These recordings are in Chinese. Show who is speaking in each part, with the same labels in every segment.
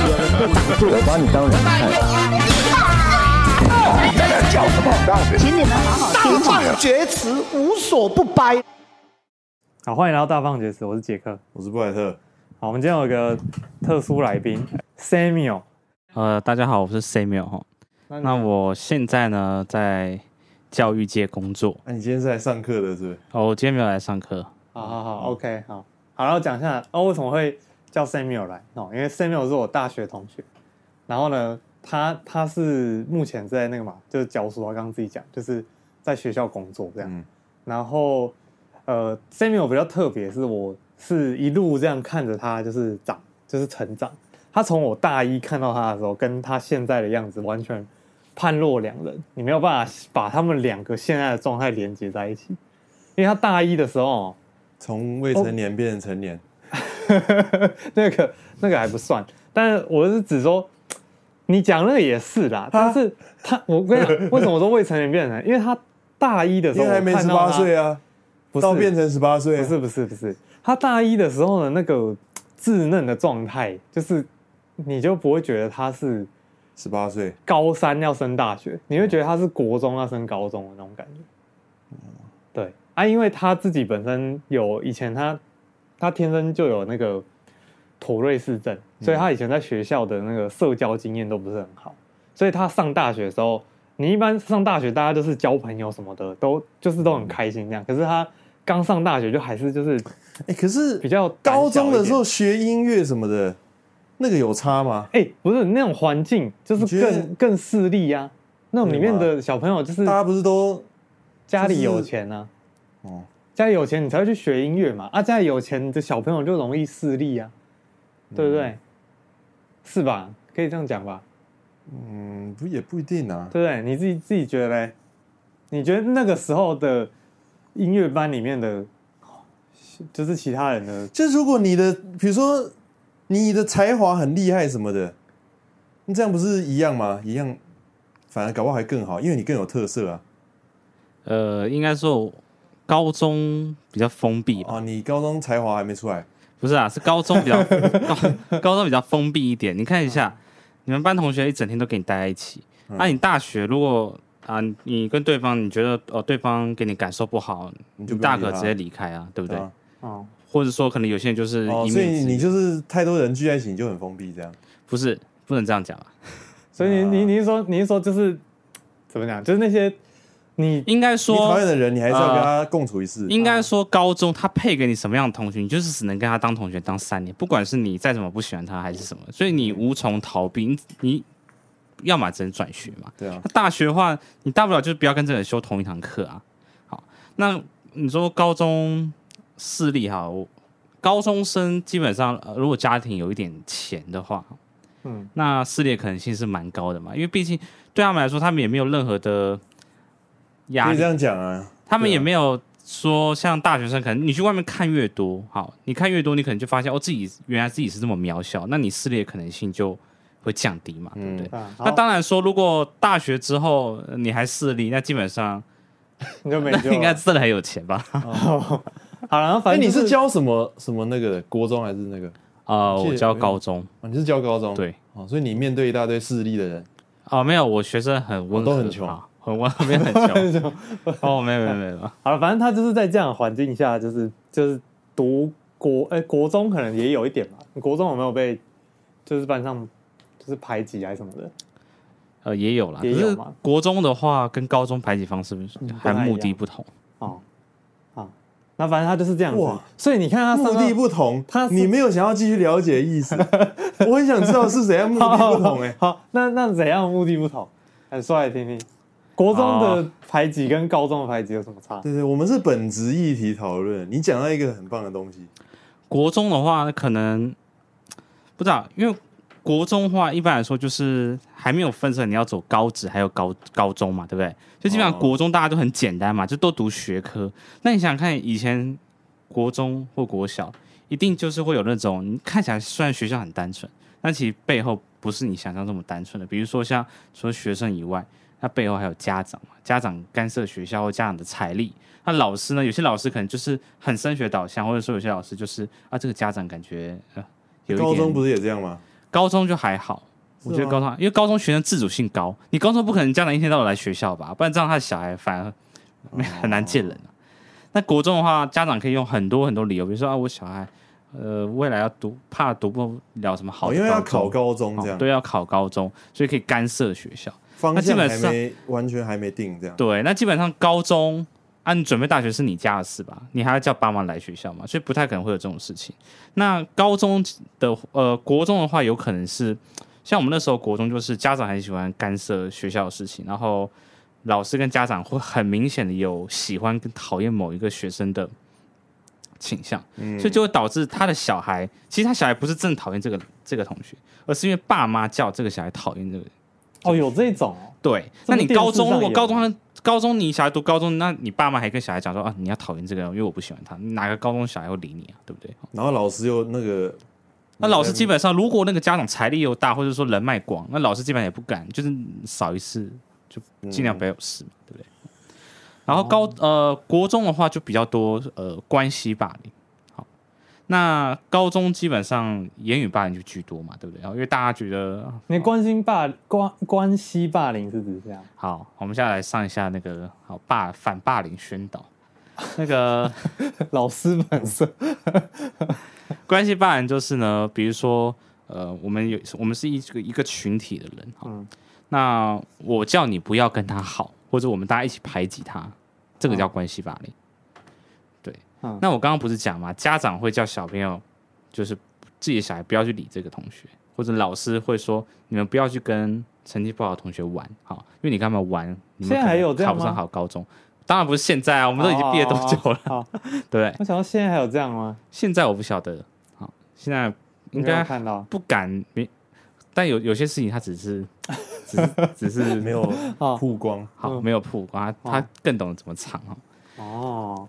Speaker 1: 我把你当人看。
Speaker 2: 请你们好好听话。
Speaker 3: 厥词无所不掰。
Speaker 4: 好，欢迎来到大放厥词，我是杰克。
Speaker 5: 我是布莱特。
Speaker 4: 好，我们今天有一个特殊来宾 Samuel，
Speaker 6: 呃，大家好，我是 Samuel 哈。那我现在呢在教育界工作，
Speaker 5: 啊那、你今天是来上课的，是不是？
Speaker 6: 哦，我今天没有来上课，
Speaker 4: 好好好，OK，好，好，然后讲一下哦，为什么会叫 Samuel 来哦？因为 Samuel 是我大学同学，然后呢，他他是目前在那个嘛，就是教书啊，刚刚自己讲，就是在学校工作这样。
Speaker 5: 嗯
Speaker 4: 然后呃，Samuel 比较特别，是我是一路这样看着他，就是长，就是成长。他从我大一看到他的时候，跟他现在的样子完全判若两人，你没有办法把他们两个现在的状态连接在一起，因为他大一的时候哦。
Speaker 5: 从未成年变成成年，
Speaker 4: 那个那个还不算，但是我是指说，你讲那个也是啦，但是他我跟你讲，为什么说未成年变成？因为他大一的时
Speaker 5: 因
Speaker 4: 候
Speaker 5: 为还没
Speaker 4: 我看
Speaker 5: 十
Speaker 4: 到他
Speaker 5: 八岁啊，
Speaker 4: 不
Speaker 5: 到
Speaker 4: 是
Speaker 5: 变成十八岁、啊，
Speaker 4: 不是不是不是，他大一的时候的那个稚嫩的状态，就是你就不会觉得他是
Speaker 5: 十八岁，
Speaker 4: 高三要升大学，你会觉得他是国中要升高中的那种感觉。对啊，因为他自己本身有以前他他天生就有那个妥瑞氏症，
Speaker 5: 嗯
Speaker 4: 所以他以前在学校的那个社交经验都不是很好，所以他上大学的时候，你一般上大学大家就是交朋友什么的，都就是都很开心这样。
Speaker 5: 嗯
Speaker 4: 可是他刚上大学就还是就是
Speaker 5: 哎、可是
Speaker 4: 比较胆小
Speaker 5: 高中的时
Speaker 4: 一
Speaker 5: 候学音乐什么的，那个有差吗？
Speaker 4: 点，哎、不是那种环境就是
Speaker 5: 你觉得啊
Speaker 4: 更更势利啊，那种里面
Speaker 5: 对
Speaker 4: 的小朋友就是
Speaker 5: 大家不是都
Speaker 4: 家里有
Speaker 5: 就是
Speaker 4: 钱啊，
Speaker 5: 哦，
Speaker 4: 家里有钱你才会去学音乐嘛，啊，家里有钱的小朋友就容易势利啊，对不对？是吧？可以这样讲吧，
Speaker 5: 嗯，不也不一定啊。
Speaker 4: 对不对？你自己自己觉得嘞？你觉得那个时候的音乐班里面的，就是其他人的，
Speaker 5: 就是如果你的，比如说你的才华很厉害什么的，那这样不是一样吗？一样，反而搞不好还更好，因为你更有特色啊。
Speaker 6: 呃，应该说我高中比较封闭吧，
Speaker 5: 哦，你高中才华还没出来，
Speaker 6: 不是啊，是高中 比较高高中比较封闭一点。你看一下，你们班同学一整天都跟你待在一起，那、
Speaker 5: 嗯
Speaker 6: 啊、你大学如果啊，你跟对方你觉得哦，对方给你感受不好，
Speaker 5: 你
Speaker 6: 你
Speaker 5: 就不用
Speaker 6: 大
Speaker 5: 理
Speaker 6: 可
Speaker 5: 他
Speaker 6: 直接离开啊，对不对？
Speaker 5: 啊
Speaker 4: 哦、
Speaker 6: 或者说，可能有些人就是
Speaker 5: 哦，
Speaker 6: 一
Speaker 5: 所以
Speaker 6: 面之
Speaker 5: 你你
Speaker 6: 缘
Speaker 5: 就是太多人聚在一起，你就很封闭这样。
Speaker 6: 不是不能这样讲啊。
Speaker 4: 所以你
Speaker 5: 啊
Speaker 4: 你你是说你是说就是怎么讲？就是那些你
Speaker 6: 应该
Speaker 5: 你讨
Speaker 6: 说
Speaker 5: 厌，的人，你还是要跟他共处一室。
Speaker 6: 应该说高中他配给你什么样的同学，你就是只能跟他当同学当三年，不管是你再怎么不喜欢他还是什么，所以你无从逃避，你你要么只能转学嘛。
Speaker 5: 对啊，
Speaker 6: 那大学的话，你大不了就是不要跟这个人修同一堂课啊。好，那你说高中势力哈，我高中生基本上、呃如果家庭有一点钱的话，
Speaker 4: 嗯，
Speaker 6: 那撕裂可能性是蛮高的嘛，因为毕竟对他们来说，他们也没有任何的压
Speaker 5: 可以
Speaker 6: 力
Speaker 5: 这，样讲啊。
Speaker 6: 他们
Speaker 5: 对啊
Speaker 6: 也没有说像大学生，可能你去外面看越多，好，你看越多，你可能就发现哦，自己原来自己是这么渺小，那你撕裂的可能性就会降低嘛，对不对？
Speaker 4: 啊，
Speaker 6: 那
Speaker 4: 好，
Speaker 6: 当然说，如果大学之后呃你还势力，那基本上
Speaker 4: 你就没
Speaker 6: 那
Speaker 4: 救了
Speaker 6: 应该真的很有钱吧？
Speaker 4: 好了，然后
Speaker 5: 哎，
Speaker 4: 反正
Speaker 5: 你
Speaker 4: 就是
Speaker 5: 教什么什么那个的？国中还是那个？
Speaker 6: 呃，
Speaker 5: 我记得
Speaker 6: 我教高中，
Speaker 5: 哦，你是教高中？
Speaker 6: 对，
Speaker 5: 哦，所以你面对一大堆势力的人，
Speaker 6: 哦，没有，我学生很温和，
Speaker 5: 哦都很 穷
Speaker 6: 啊，很温，没有很穷，哦，没有没有没有没有，
Speaker 4: 好了，反正他就是在这样的环境下，就是就是读国，哎、国中可能也有一点吧。你国中有没有被就是班上就是排挤还是什么的？
Speaker 6: 呃，也有啦，
Speaker 4: 也
Speaker 6: 可
Speaker 4: 有
Speaker 6: 是
Speaker 4: 嘛
Speaker 6: 国中的话，跟高中排挤方式
Speaker 4: 不太
Speaker 6: 还
Speaker 4: 一样
Speaker 6: 目的不同。
Speaker 4: 哦，啊，那反正他就是这样子
Speaker 5: 哇。
Speaker 4: 所以你看他上
Speaker 5: 目
Speaker 4: 到
Speaker 5: 的不同，
Speaker 4: 他是
Speaker 5: 你没有想要继续了解的意 思。我很想知道是谁啊目的不同哎。
Speaker 4: 好，那那怎样的目的不同？哎，说来听听。国中的排挤跟高中的排挤有什么差？
Speaker 5: 对对，我们是本职议题讨论。你讲到一个很棒的东西，
Speaker 6: 国中的话，可能不知道，因为国中的话，一般来说就是还没有分成你要走高职还有高高中嘛，对不对？就基本上
Speaker 5: 哦
Speaker 6: 国中大家都很简单嘛，就都读学科。那你想想看，以前国中或国小，一定就是会有那种你看起来虽然学校很单纯，但其实背后不是你想象这么单纯的。比如说像除了学生以外，那背后还有家长嘛，家长干涉学校或家长的财力。那老师呢？有些老师可能就是很升学导向，或者说有些老师就是啊，这个家长感觉呃有一点
Speaker 5: 高中不是也这样吗？
Speaker 6: 高中就还好，我觉得
Speaker 5: 吗
Speaker 6: 高中因为高中学生自主性高，你高中不可能家长一天到晚来学校吧，不然这样他的小孩反而
Speaker 5: 哦
Speaker 6: 没 很难见人、啊。那国中的话，家长可以用很多很多理由，比如说啊，我小孩呃未来要读，怕读不了什么好
Speaker 5: 哦，
Speaker 6: 的
Speaker 5: 因
Speaker 6: 高中、
Speaker 5: 为要考高中这
Speaker 6: 哦
Speaker 5: 样，
Speaker 6: 对，要考高中，所以可以干涉学校。
Speaker 5: 方向
Speaker 6: 那
Speaker 5: 还
Speaker 6: 基本
Speaker 5: 没完全还没定这样。
Speaker 6: 对，那基本上高中啊，你准备大学是你家的事吧？你还要叫爸妈来学校嘛？所以不太可能会有这种事情。那高中的呃，国中的话，有可能是像我们那时候国中，就是家长很喜欢干涉学校的事情，然后老师跟家长会很明显的有喜欢跟讨厌某一个学生的倾向，
Speaker 5: 嗯
Speaker 6: 所以就会导致他的小孩，其实他小孩不是真的讨厌这个这个同学，而是因为爸妈叫这个小孩讨厌这个人。
Speaker 4: 哦，有这种哦，
Speaker 6: 对，
Speaker 4: 这
Speaker 6: 那
Speaker 4: 个
Speaker 6: 你
Speaker 4: 电
Speaker 6: 高
Speaker 4: 视
Speaker 6: 中如
Speaker 4: 上
Speaker 6: 果
Speaker 4: 有
Speaker 6: 高中高中你小孩读高中，那你爸妈还跟小孩讲说啊，你要讨厌这个人，因为我不喜欢他，哪个高中小孩会理你啊？对不对？
Speaker 4: 哦
Speaker 5: 然后老师又那个，
Speaker 6: 那老师基本上，如果那个家长财力又大，或者说人脉广，那老师基本上也不敢，就是少一次就尽量不要有事嘛，对不对？然后高
Speaker 4: 哦
Speaker 6: 呃国中的话就比较多呃关系霸凌，好，那高中基本上言语霸凌就居多嘛，对不对？然后因为大家觉得啊
Speaker 4: 你关心霸关关系霸凌是指这样？
Speaker 6: 好，我们现在来上一下那个好霸反霸凌宣导。那个
Speaker 4: 老师本身
Speaker 6: 关系霸凌就是呢，比如说，呃，我们有我们是一个一个群体的人，好
Speaker 4: 嗯
Speaker 6: 那我叫你不要跟他好，或者我们大家一起排挤他，这个叫关系霸凌。对，
Speaker 4: 嗯
Speaker 6: 那我刚刚不是讲嘛，家长会叫小朋友，就是自己的小孩不要去理这个同学，或者老师会说你们不要去跟成绩不好的同学玩，好，因为你干嘛玩？你们
Speaker 4: 现在还
Speaker 6: 可能
Speaker 4: 有这样
Speaker 6: 考不上
Speaker 4: 吗
Speaker 6: 好高中，当然不是现在啊，我
Speaker 4: 我
Speaker 6: 们都已经毕业多久了，
Speaker 4: 好，好
Speaker 6: 对不 对？
Speaker 4: 我想到现在还有这样吗？
Speaker 6: 现在我不晓得，好，现在
Speaker 4: 你
Speaker 6: 应
Speaker 4: 没
Speaker 6: 该
Speaker 4: 有看到
Speaker 6: 不敢，没但有有些事情他只是，只是 只是
Speaker 5: 没有
Speaker 4: 哦
Speaker 5: 曝光，
Speaker 6: 好
Speaker 4: 嗯
Speaker 6: 没有曝光，他他更懂得怎么藏哦。
Speaker 4: 哦，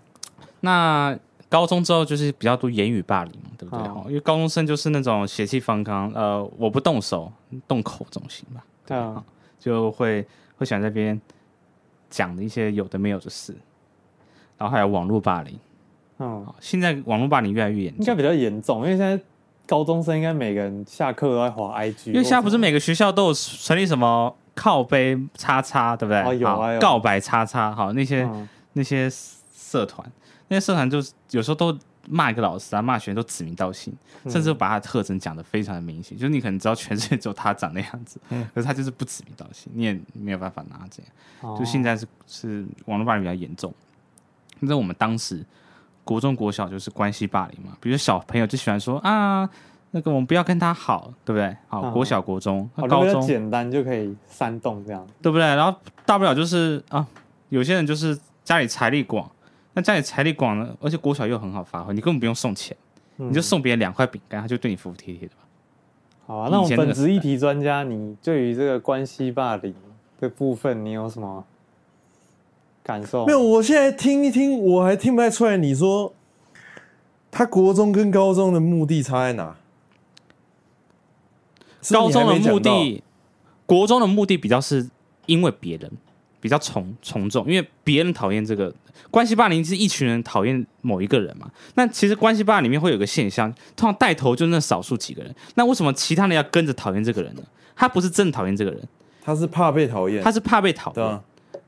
Speaker 6: 那高中之后就是比较多言语霸凌嘛，对不对？
Speaker 4: 哦
Speaker 6: 哦，因为高中生就是那种血气方刚，呃，我不动手，动口总行吧，
Speaker 4: 对啊，
Speaker 6: 就会会想在那边讲一些有的没有的事，然后还有网络霸凌。
Speaker 4: 嗯，
Speaker 6: 哦现在网络霸凌越来越严
Speaker 4: 应
Speaker 6: 重
Speaker 4: 该，比较严重，因为现在高中生应该每个人下课都在滑 IG，
Speaker 6: 因为现在不
Speaker 4: 或
Speaker 6: 是
Speaker 4: 者
Speaker 6: 每个学校都有成立什么靠背叉叉，对不对？
Speaker 4: 哦有啊
Speaker 6: 好
Speaker 4: 有啊
Speaker 6: 告白叉叉，好那些、
Speaker 4: 嗯
Speaker 6: 那些社团，那些社团就是有时候都骂一个老师啊，骂学生都指名道姓，甚至把他的特征讲得非常的明显，就是你可能知道全世界只有他长那样子，可是他就是不指名道姓，你也没有办法拿这样。就现在是是网络霸凌比较严重。那在我们当时国中、国小就是关系霸凌嘛，比如小朋友就喜欢说啊，那个我们不要跟他好，对不对？好，
Speaker 4: 嗯
Speaker 6: 国小、国中、
Speaker 4: 好
Speaker 6: 高
Speaker 4: 比较
Speaker 6: 中，
Speaker 4: 简单就可以煽动这样，
Speaker 6: 对不对？然后大不了就是啊，有些人就是家里财力广，那家里财力广呢，而且国小又很好发挥，你根本不用送钱，
Speaker 5: 嗯
Speaker 6: 你就送别人两块饼干，他就对你服服帖帖的吧。
Speaker 4: 好啊，那我
Speaker 6: 以前
Speaker 4: 们
Speaker 6: 那个
Speaker 4: 本职议题专家，你对于这个关系霸凌的部分，你有什么感
Speaker 6: 哦
Speaker 4: 受？
Speaker 5: 没有，，我现在听一听，我还听不太出来。你说他国中跟高中的目的差在哪？是不
Speaker 6: 高
Speaker 5: 是你还
Speaker 6: 中的
Speaker 5: 没讲
Speaker 6: 目
Speaker 5: 到
Speaker 6: 的，国中的目的比较是因为别人比较从从众，因为别人讨厌这个关系霸凌是一群人讨厌某一个人嘛。那其实关系霸凌里面会有个现象，通常带头就那少数几个人。那为什么其他人要跟着讨厌这个人呢？他不是真的讨厌这个人，
Speaker 5: 他是怕被讨厌，
Speaker 6: 他是怕被讨
Speaker 5: 对
Speaker 6: 厌
Speaker 5: 啊，，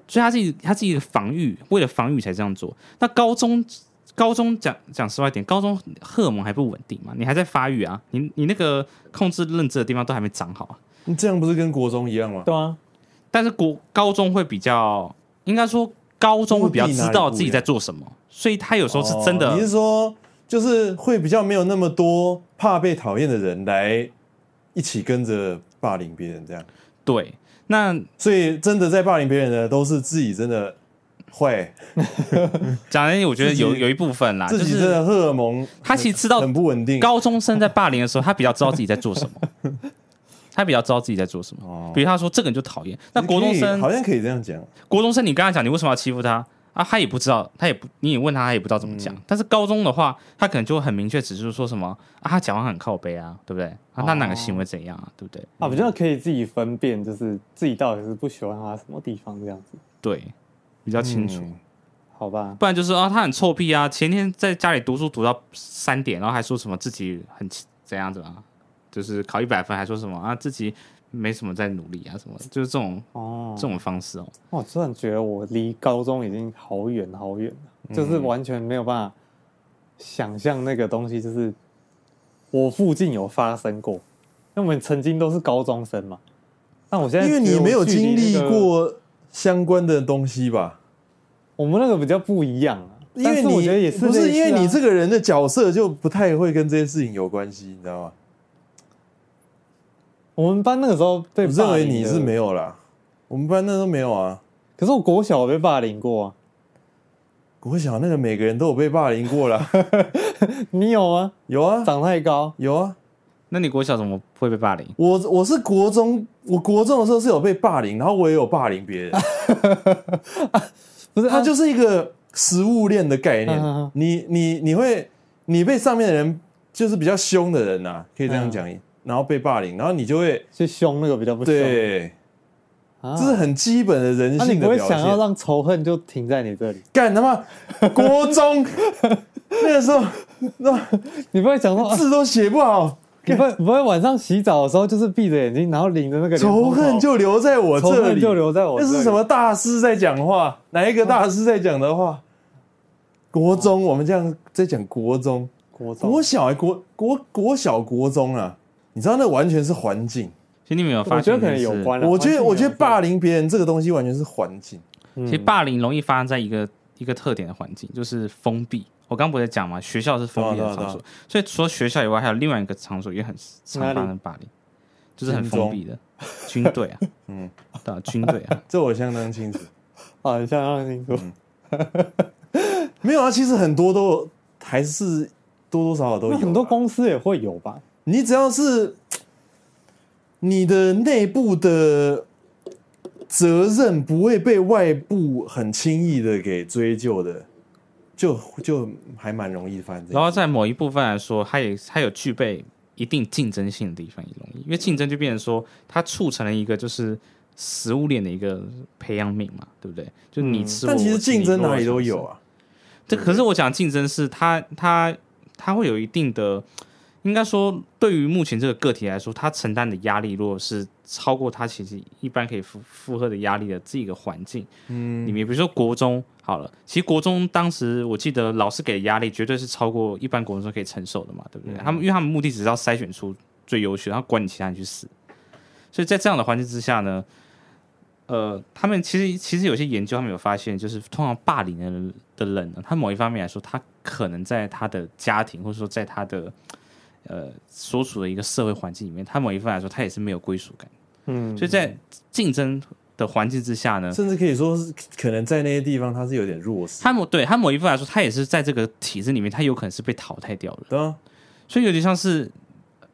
Speaker 6: 所以他是一他是一个防御，为了防御才这样做。那高中高中讲讲实话一点，高中荷尔蒙还不稳定嘛，你还在发育啊，你你那个控制认知的地方都还没长好啊。
Speaker 5: 你这样不是跟国中一样吗？
Speaker 4: 对啊，
Speaker 6: 但是国高中会比较，应该说高中会比较知道自己在做什么，所以他有时候是真的。
Speaker 5: 哦你是说就是会比较没有那么多怕被讨厌的人来一起跟着霸凌别人这样？
Speaker 6: 对，那
Speaker 5: 所以真的在霸凌别人的都是自己真的坏，
Speaker 6: 讲来我觉得有
Speaker 5: 自己
Speaker 6: 有一部分啦，啊就
Speaker 5: 自己真
Speaker 6: 是
Speaker 5: 的荷尔蒙
Speaker 6: 他其实知道
Speaker 5: 很不稳定。
Speaker 6: 高中生在霸凌的时候，他比较知道自己在做什么，他比较知道自己在做什么。比如他说这个人就讨厌，那国中
Speaker 5: 哦你可以
Speaker 6: 生
Speaker 5: 好像可以这样讲，
Speaker 6: 国中生，你跟他讲你为什么要欺负他啊？他也不知道，他也不，你也问他，他也不知道怎么讲。
Speaker 4: 嗯
Speaker 6: 但是高中的话，他可能就会很明确指出说什么啊，他讲话很靠背啊，对不对？啊，他哪个行为怎样啊，对不对？
Speaker 4: 啊，比较可以自己分辨，就是自己到底是不喜欢他什么地方这样子，
Speaker 6: 对，比较清楚。
Speaker 5: 嗯
Speaker 4: 好吧？
Speaker 6: 不然就是啊，他很臭屁啊，前天在家里读书读到三点，然后还说什么自己很怎样怎样，就是考一百分还说什么啊自己没什么在努力啊什么的，就是这种
Speaker 4: 哦
Speaker 6: 这，种方式哦。
Speaker 4: 我突然觉得我离高中已经好远好远了，就是
Speaker 5: 嗯
Speaker 4: 完全没有办法想象那个东西，就是我附近有发生过，因为我们曾经都是高中生嘛。但我现在
Speaker 5: 因为你
Speaker 4: 觉得我
Speaker 5: 没有
Speaker 4: 距离
Speaker 5: 经历
Speaker 4: 那个
Speaker 5: 过相关的东西吧？
Speaker 4: 我们那个比较不一样啊。
Speaker 5: 因
Speaker 4: 但
Speaker 5: 为
Speaker 4: 是
Speaker 5: 你
Speaker 4: 我觉得也
Speaker 5: 不
Speaker 4: 类似啊
Speaker 5: 是因为你这个人的角色就不太会跟这些事情有关系，你知道吗？
Speaker 4: 我们班那个时候
Speaker 5: 我
Speaker 4: 被
Speaker 5: 认
Speaker 4: 霸
Speaker 5: 为
Speaker 4: 凌的
Speaker 5: 你是没有啦，我们班那都没有啊。
Speaker 4: 可是我国小我被霸凌过啊，
Speaker 5: 我想那个每个人都有被霸凌过啦，
Speaker 4: 你有吗？
Speaker 5: 有啊，
Speaker 4: 长太高，
Speaker 5: 有啊。
Speaker 6: 那你国小怎么会被霸凌？
Speaker 5: 我我是国中，我国中的时候是有被霸凌，然后我也有霸凌别 人，
Speaker 4: 不是
Speaker 5: 它
Speaker 4: 啊
Speaker 5: 就是一个食物链的概念
Speaker 4: 嗯嗯嗯。
Speaker 5: 你你你会你被上面的人就是比较凶的人呐、啊可以这样
Speaker 4: 嗯
Speaker 5: 讲，然后被霸凌，然后你就会
Speaker 4: 去凶那个比较不凶，
Speaker 5: 对，
Speaker 4: 啊，
Speaker 5: 这是很基本的人
Speaker 4: 那、你
Speaker 5: 性
Speaker 4: 不
Speaker 5: 的
Speaker 4: 会
Speaker 5: 表
Speaker 4: 想要
Speaker 5: 现。
Speaker 4: 让仇恨就停在你这里？
Speaker 5: 干他妈 国中那个时候，那
Speaker 4: 你不会想说， 啊、
Speaker 5: 字都写不 好，
Speaker 4: 你不会不会晚上洗澡的时候就是闭着眼睛，然后领着那个莲蓬
Speaker 5: 仇
Speaker 4: 头
Speaker 5: 恨就留在我
Speaker 4: 仇
Speaker 5: 这
Speaker 4: 恨
Speaker 5: 里，
Speaker 4: 就留在我这
Speaker 5: 那
Speaker 4: 里
Speaker 5: 是什？么大师在讲话？哪一个大师在讲的话？国中，我们这样在讲国中，
Speaker 4: 国中
Speaker 5: 国小、哎国国国小、国中啊，你知道那完全是环境。
Speaker 6: 其实你们有
Speaker 4: 我
Speaker 6: 发
Speaker 4: 觉
Speaker 6: 现
Speaker 4: 得
Speaker 6: 一
Speaker 4: 可
Speaker 6: 件事，
Speaker 4: 能有关了。嗯
Speaker 5: 我觉得，我觉得霸
Speaker 4: 凌，
Speaker 5: 凌别人这个东西完全是环境。
Speaker 6: 其实霸凌容易发生在一个一个特点的环境，就是封闭。我刚不是讲嘛，学校是封闭的
Speaker 5: 对啊对啊
Speaker 6: 场所，所以除了学校以外，还有另外一个场所也很常
Speaker 4: 哪里
Speaker 6: 发生霸凌，就是很封闭的军队 啊，嗯，对啊，军队啊，
Speaker 5: 这我相当清楚。
Speaker 4: 啊，你想让清楚，
Speaker 5: 嗯没有啊，其实很多都还是多多少少都有
Speaker 4: 那
Speaker 5: 啊。
Speaker 4: 很多公司也会有吧？
Speaker 5: 你只要是你的内部的责任不会被外部很轻易的给追究的，就就还蛮容易发生这
Speaker 6: 然
Speaker 5: 样。
Speaker 6: 后在某一部分来说，它也它有具备一定竞争性的地方也容易，因为竞争就变成说，它促成了一个就是食物链的一个培养皿嘛，对不对？就你吃
Speaker 5: 嗯
Speaker 6: 我，
Speaker 5: 但其
Speaker 6: 我
Speaker 5: 实
Speaker 6: 吃你
Speaker 5: 竞争
Speaker 6: 我
Speaker 5: 哪里
Speaker 6: 想
Speaker 5: 都
Speaker 6: 吃
Speaker 5: 有啊，
Speaker 6: 这可是我讲竞争是它它它会有一定的，应该说对于目前这个个体来说，他承担的压力如果是超过他其实一般可以负负荷的压力的这个环境，嗯，里面比如说国中好了，其实国中当时我记得老师给的压力绝对是超过一般国中可以承受的嘛，对不对？他们因为他们目的只是要筛选出最优秀，然后管你其他人去死，所以在这样的环境之下呢。呃，他们其实其实有些研究，他们有发现，就是通常霸凌的人的人呢，他某一方面来说，他可能在他的家庭，或者说在他的呃所处的一个社会环境里面，他某一方面来说，他也是没有归属感。
Speaker 4: 嗯，
Speaker 6: 所以在竞争的环境之下呢，
Speaker 5: 甚至可以说是可能在那些地方他是有点弱势，
Speaker 6: 他某对他某一部分来说，他也是在这个体制里面，他有可能是被淘汰掉的。
Speaker 5: 对啊，
Speaker 6: 所以有点像是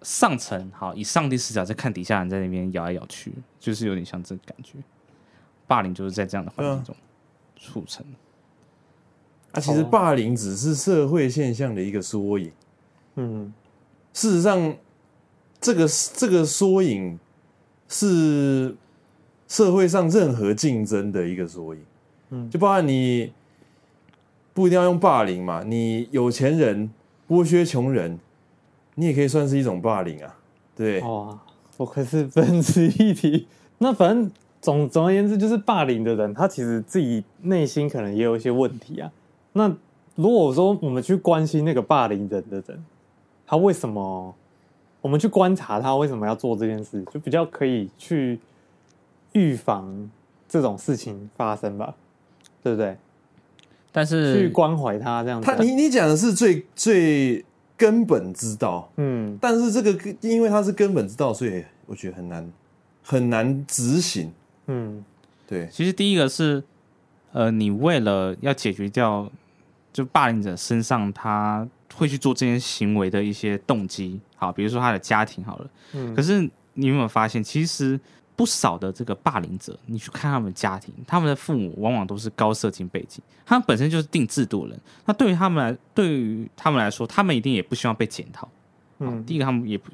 Speaker 6: 上层，好，以上帝视角在看底下人在那边咬来咬去，就是有点像这个感觉。霸凌就是在这样的环
Speaker 4: 啊
Speaker 6: 境中促成的。
Speaker 5: 啊，
Speaker 6: 哦
Speaker 5: 其实霸凌只是社会现象的一个缩影。
Speaker 4: 嗯，
Speaker 5: 事实上，这个这个缩影是社会上任何竞争的一个缩影。嗯，就包含你不一定要用霸凌嘛，你有钱人剥削穷人，你也可以算是一种霸凌啊。对，
Speaker 4: 哇，我可是分之一体。 那反正总总而言之，就是霸凌的人，他其实自己内心可能也有一些问题啊。那如果说我们去关心那个霸凌人的人，他为什么，我们去观察他为什么要做这件事，就比较可以去预防这种事情发生吧，对不对？
Speaker 6: 但
Speaker 4: 去
Speaker 6: 是
Speaker 4: 关怀他这样子啊。
Speaker 5: 嗯他你你讲的是最最根本之道，
Speaker 4: 嗯
Speaker 5: 但是这个因为它是根本之道，所以我觉得很难很难执行。
Speaker 4: 嗯
Speaker 5: 对，
Speaker 6: 其实第一个是，呃，你为了要解决掉就霸凌者身上他会去做这些行为的一些动机，好，比如说他的家庭好了。
Speaker 4: 嗯
Speaker 6: 可是你有没有发现，其实不少的这个霸凌者，你去看他们的家庭，他们的父母往往都是高社经背景，他们本身就是定制度的人。那对于他们来，对于他们来说，他们一定也不希望被检讨。嗯，第一个他们也不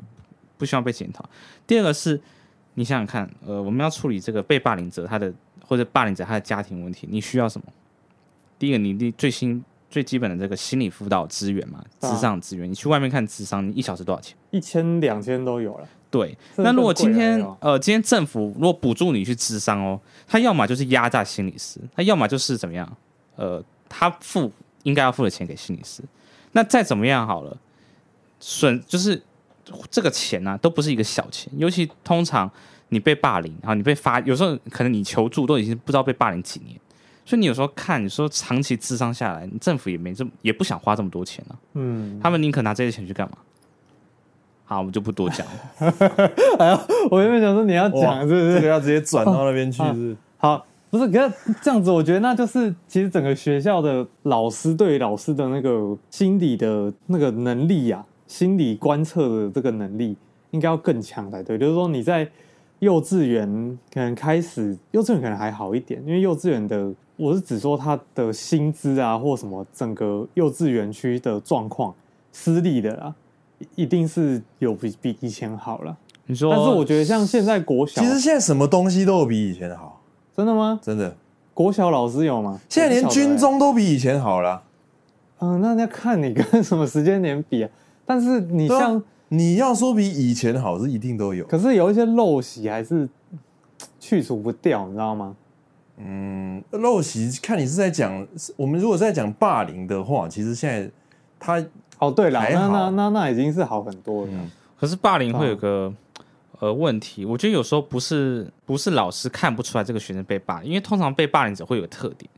Speaker 6: 不希望被检讨，第二个是你想想看，呃，我们要处理这个被霸凌者他的或者霸凌者他的家庭问题，你需要什么？第一个，你你最新最基本的这个心理辅导资源嘛，
Speaker 4: 啊
Speaker 6: 智商资源。你去外面看智商，你一小时多少钱？
Speaker 4: 一千两千都有了，
Speaker 6: 对，
Speaker 4: 真的
Speaker 6: 那如果
Speaker 4: 更
Speaker 6: 今
Speaker 4: 贵了
Speaker 6: 天
Speaker 4: 哎呦
Speaker 6: 呃，今天政府如果补助你去智商哦，他要么就是压榨心理师，他要么就是怎么样？呃，他付应该要付的钱给心理师。那再怎么样好了，损就是这个钱呢、啊，都不是一个小钱，尤其通常你被霸凌，然后你被发，有时候可能你求助都已经不知道被霸凌几年，所以你有时候看，你说长期智商下来，政府也没这么也不想花这么多钱啊，
Speaker 4: 嗯，
Speaker 6: 他们宁可拿这些钱去干嘛？好，我们就不多讲了。
Speaker 4: 我原本想说你要讲是不
Speaker 5: 这个
Speaker 4: 是？
Speaker 5: 要直接转到那边去
Speaker 4: 啊
Speaker 5: 是不是？
Speaker 4: 好，不是，可是这样子，我觉得那就是其实整个学校的老师对于老师的那个心理的那个能力呀、心理观测的这个能力应该要更强才对。就是说你在幼稚园可能开始，幼稚园可能还好一点，因为幼稚园的我是只说他的薪资啊或什么，整个幼稚园区的状况，私立的啦，一一定是有比比以前好了。
Speaker 6: 你说，
Speaker 4: 但是我觉得像现在国小，啊
Speaker 5: 其实现在什么东西都有比以前好，
Speaker 4: 真的吗？
Speaker 5: 真的。
Speaker 4: 国小老师有吗？
Speaker 5: 现在连军
Speaker 4: 中，
Speaker 5: 中都比以前好了。
Speaker 4: 嗯、那要看你跟什么时间点比啊。但是你
Speaker 5: 对啊
Speaker 4: 像，
Speaker 5: 你要说比以前好是一定都有。
Speaker 4: 可是有一些陋习还是去除不掉，你知道吗？
Speaker 5: 嗯，陋习看你是在讲，我们如果是在讲霸凌的话，其实现在他
Speaker 4: 哦，对了，
Speaker 5: 还
Speaker 4: 那
Speaker 5: 好嗯
Speaker 4: 那那那已经是好很多了。
Speaker 6: 可是霸凌会有
Speaker 4: 哦
Speaker 6: 个、呃问题，我觉得有时候不是不是老师看不出来这个学生被霸凌，因为通常被霸凌者会有个特点，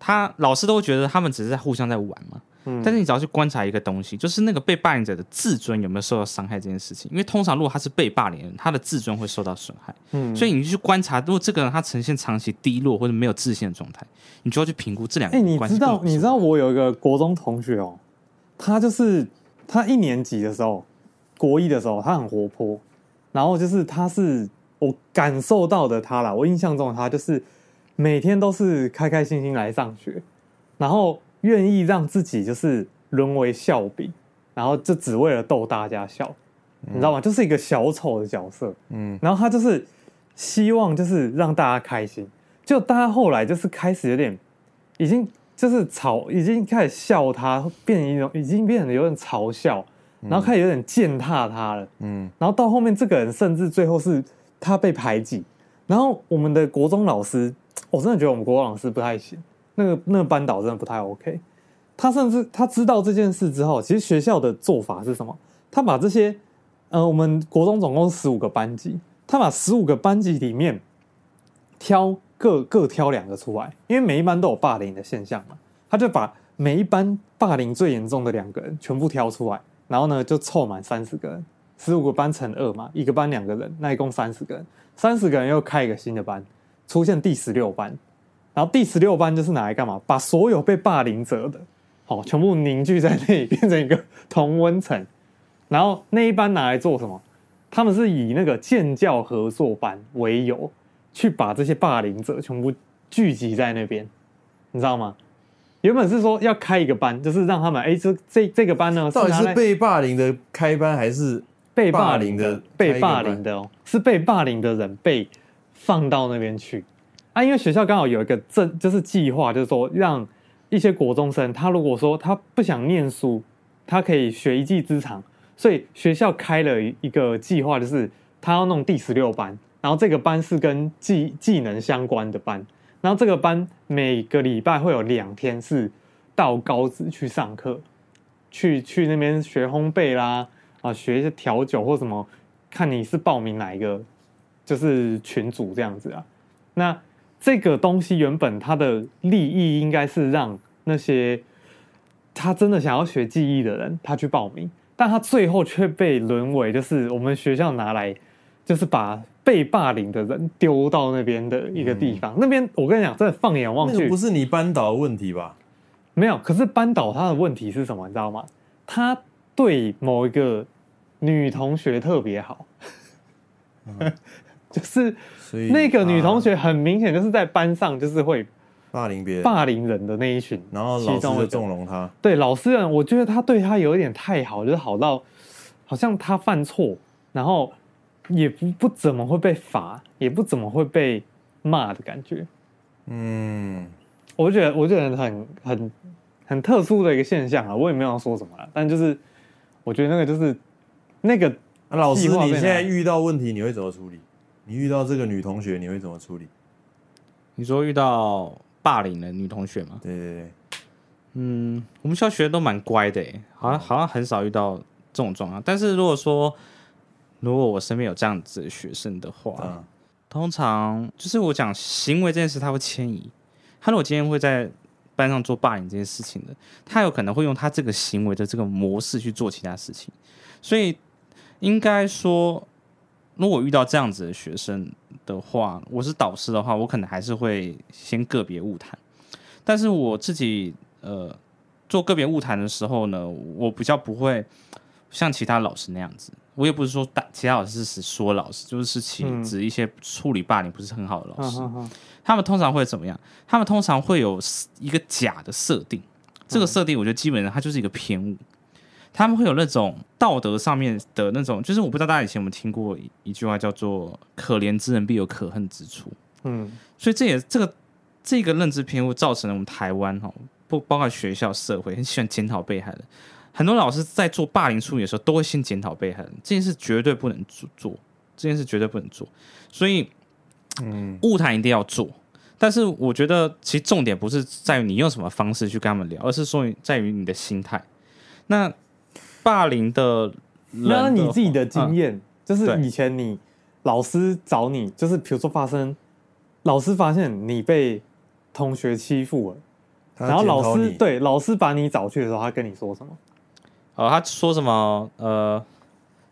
Speaker 6: 他老师都会觉得他们只是在互相在玩嘛。
Speaker 4: 嗯
Speaker 6: 但是你只要去观察一个东西，就是那个被霸凌者的自尊有没有受到伤害这件事情，因为通常如果他是被霸凌的人，他的自尊会受到损害。
Speaker 4: 嗯
Speaker 6: 所以你去观察，如果这个人他呈现长期低落或者没有自信的状态，你就要去评估这两
Speaker 4: 哎、
Speaker 6: 个
Speaker 4: 你
Speaker 6: 关系
Speaker 4: 知
Speaker 6: 到
Speaker 4: 道
Speaker 6: 底是
Speaker 4: 你知道我有一个国中同学哦，他就是他一年级的时候，国一的时候，他很活泼，然后就是他是我感受到的他啦，我印象中的他就是每天都是开开心心来上学，然后愿意让自己就是沦为笑柄，然后就只为了逗大家笑，你知道
Speaker 6: 嗯
Speaker 4: 吗？就是一个小丑的角色，
Speaker 5: 嗯，
Speaker 4: 然后他就是希望就是让大家开心，就大家后来就是开始有点已经就是嘲，已经开始笑他，变成一种已经变得有点嘲笑，然后开始有点践踏他了。
Speaker 5: 嗯，
Speaker 4: 然后到后面这个人甚至最后是他被排挤，然后我们的国中老师，我真的觉得我们国中老师不太行，那个那个班导真的不太 OK。他甚至他知道这件事之后，其实学校的做法是什么？他把这些，呃，我们国中总共十五个班级，他把十五个班级里面挑各各挑两个出来，因为每一班都有霸凌的现象嘛，他就把每一班霸凌最严重的两个人全部挑出来，然后呢就凑满三十个人，十五个班乘二嘛，一个班两个人，那一共三十个人，三十个人又开一个新的班，出现第十六班，然后第十六班就是拿来干嘛？把所有被霸凌者的哦全部凝聚在那里，变成一个同温层，然后那一班拿来做什么？他们是以那个建教合作班为由，去把这些霸凌者全部聚集在那边，你知道吗？原本是说要开一个班，就是让他们哎，这这这个班呢，
Speaker 5: 到底
Speaker 4: 拿
Speaker 5: 是
Speaker 4: 来
Speaker 5: 被霸凌的开班还是
Speaker 4: 被
Speaker 5: 霸
Speaker 4: 霸
Speaker 5: 凌
Speaker 4: 凌
Speaker 5: 的
Speaker 4: 的被霸
Speaker 5: 开一个班
Speaker 4: 凌的哦，是被霸凌的人被放到那边去啊，因为学校刚好有一个政，就是计划，就是说让一些国中生，他如果说他不想念书，他可以学一技之长，所以学校开了一个计划，就是他要弄第十六班，然后这个班是跟技技能相关的班，然后这个班每个礼拜会有两天是到高职去上课，去去那边学烘焙啦，啊，学一些调酒或什么，看你是报名哪一个，就是群组这样子啊。那这个东西原本它的利益应该是让那些他真的想要学技艺的人，他去报名，但他最后却被沦为就是我们学校拿来，就是把被霸凌的人丢到那边的一个地方。那边我跟你讲，真的放眼望
Speaker 5: 嗯那
Speaker 4: 去，
Speaker 5: 个不是你班导的问题吧？
Speaker 4: 没有，可是班导他的问题是什么，你知道吗？他对某一个女同学特别好， 就是
Speaker 5: 所以
Speaker 4: 那个女同
Speaker 5: 啊
Speaker 4: 学很明显就是在班上就是会
Speaker 5: 霸凌别人，
Speaker 4: 霸凌人的那一群，
Speaker 5: 然后老
Speaker 4: 其
Speaker 5: 师
Speaker 4: 中
Speaker 5: 就
Speaker 4: 一个。
Speaker 5: 纵容他。
Speaker 4: 对老师人，我觉得他对他有一点太好，就是好到好像他犯错，然后也不不怎么会被罚，也不怎么会被骂的感觉。
Speaker 5: 嗯，
Speaker 4: 我觉得我觉得很很很特殊的一个现象啊，我也没有要说什么啦，但就是我觉得那个就是那个
Speaker 5: 啊老师，
Speaker 4: 计划被
Speaker 5: 你现在
Speaker 4: 拿
Speaker 5: 遇到问题你会怎么处理？你遇到这个女同学你会怎么处理？
Speaker 6: 你说遇到霸凌的女同学吗？
Speaker 5: 对对对，
Speaker 6: 嗯，我们校学生都蛮乖的诶，好像好像很少遇到这种状况。但是如果说，如果我身边有这样子的学生的话，
Speaker 5: 啊，
Speaker 6: 通常就是我讲行为这件事，他会迁移。他如果今天会在班上做霸凌这件事情的，他有可能会用他这个行为的这个模式去做其他事情。所以应该说，如果遇到这样子的学生的话，我是导师的话，我可能还是会先个别物谈。但是我自己呃做个别物谈的时候呢，我比较不会像其他老师那样子。我也不是说大其他老师是说老师，就是其
Speaker 4: 嗯
Speaker 6: 指一些处理霸凌不是很好的老
Speaker 4: 嗯
Speaker 6: 师。
Speaker 4: 嗯嗯
Speaker 6: 他们通常会怎么样？他们通常会有一个假的设定，这个设定我觉得基本上它就是一个偏误。他们会有那种道德上面的那种，就是我不知道大家以前有没有听过一一句话叫做“可怜之人必有可恨之处
Speaker 4: 嗯”，
Speaker 6: 所以这也这个这个认知偏误造成了我们台湾哈，不包括学校社会很喜欢检讨被害人。很多老师在做霸凌处理的时候，都会先检讨被害人，这件事绝对不能做做，这件事绝对不能做。所以
Speaker 5: 嗯，
Speaker 6: 物谈一定要做，但是我觉得其实重点不是在于你用什么方式去跟他们聊，而是说你在于你的心态。那霸凌的人
Speaker 4: 那啊你自己的
Speaker 6: 话
Speaker 4: 经、验，就是
Speaker 6: 对
Speaker 4: 以前你老师找你，就是比如说发生，老师发现你被同学欺负了，
Speaker 5: 他
Speaker 4: 然后
Speaker 5: 检
Speaker 4: 老
Speaker 5: 讨
Speaker 4: 师
Speaker 5: 你，
Speaker 4: 对老师把你找去的时候，他跟你说什么？
Speaker 6: 嗯哦，他说什么？呃，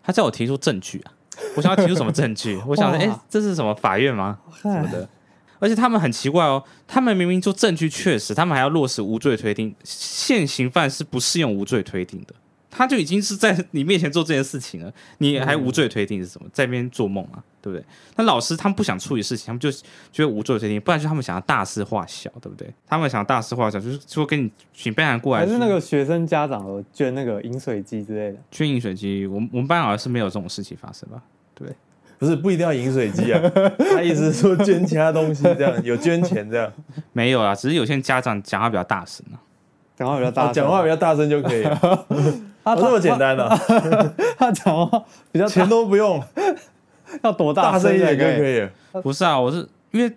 Speaker 6: 他叫我提出证据啊，我想要提出什么证据？ 我想说，
Speaker 4: 哇
Speaker 6: 哎、这是什么法院吗？
Speaker 4: 什
Speaker 6: 什么的。而且他们很奇怪哦，他们明明就证据确实，他们还要落实无罪推定，现行犯是不适用无罪推定的。他就已经是在 你面前做这件事情了，你还
Speaker 4: 嗯
Speaker 6: 无罪推定是什么？在那边做梦啊，对不对？那老师他们不想处理事情，他们就觉得无罪推定，不然就他们想要大事化小，对不对？他们想要大事化小，就是说跟你请班长过来，
Speaker 4: 还是那个学生家长有捐那个饮水机之类的？
Speaker 6: 捐饮水机，我们我们班好像是没有这种事情发生吧？
Speaker 5: 不是不一定要饮水机啊，他意思是说捐其他东西这样， 有捐钱这样，
Speaker 6: 没有啊，只是有些家长讲话比较大声啊。
Speaker 4: 讲话比较大
Speaker 5: 哦
Speaker 4: 声，
Speaker 5: 讲话比较大声就可以了，哦
Speaker 4: 他
Speaker 5: 这么简，单啊，
Speaker 4: 他他讲话比较
Speaker 5: 钱
Speaker 4: 大，
Speaker 5: 都不用，
Speaker 4: 要多
Speaker 5: 大声
Speaker 4: 声
Speaker 5: 一点就
Speaker 4: 才
Speaker 5: 可以了。
Speaker 6: 不是啊，我是因为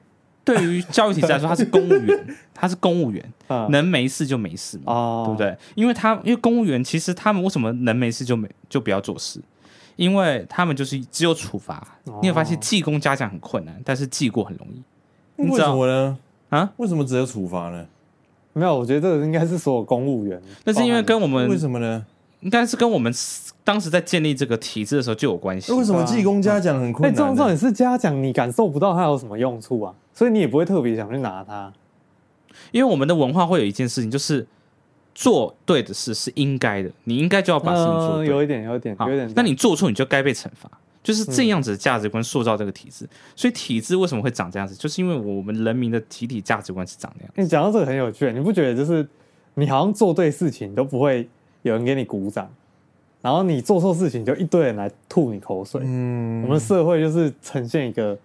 Speaker 6: 对于教育体制来说，他是公 务员，他是公务员，
Speaker 5: 啊
Speaker 4: 嗯
Speaker 6: 能没事就没事嘛，
Speaker 4: 哦，
Speaker 6: 对不？对？因为他因为公务员其实他们为什么能没事就没就不要做事？因为他们就是只有处罚，
Speaker 5: 哦
Speaker 6: 你有发现记功嘉奖很困难，但是记过很容易你
Speaker 5: 为
Speaker 6: 知道
Speaker 5: 什么呢？
Speaker 6: 啊。
Speaker 5: 为什么只有处罚呢？
Speaker 4: 没有，我觉得这个应该是所有公务员，
Speaker 6: 那是因为跟我
Speaker 5: 哦为
Speaker 6: 们
Speaker 5: 什么呢？
Speaker 6: 应该是跟我们当时在建立这个体制的时候就有关系
Speaker 5: 那。为什么技工嘉奖很
Speaker 4: 哎，
Speaker 5: 困
Speaker 4: 这种
Speaker 5: 难
Speaker 4: 重
Speaker 5: 呢？
Speaker 4: 点是嘉奖，你感受不到它有什么用处啊，所以你也不会特别想去拿它。
Speaker 6: 因为我们的文化会有一件事情，就是做对的事是应该的，你应该就要把事情做
Speaker 4: 嗯，
Speaker 6: 对。
Speaker 4: 有一点，有一点，
Speaker 6: 好
Speaker 4: 有一点。嗯
Speaker 6: 那你做错你就该被惩罚，就是这样子的价值观塑造这个体制。所以体制为什么会长这样子，就是因为我们人民的集体价值观是长那样。
Speaker 4: 你讲到这个很有趣，你不觉得就是你好像做对事情都不会有人给你鼓掌，然后你做错事情就一堆人来吐你口水。
Speaker 5: 嗯
Speaker 4: 我们社会就是呈现一个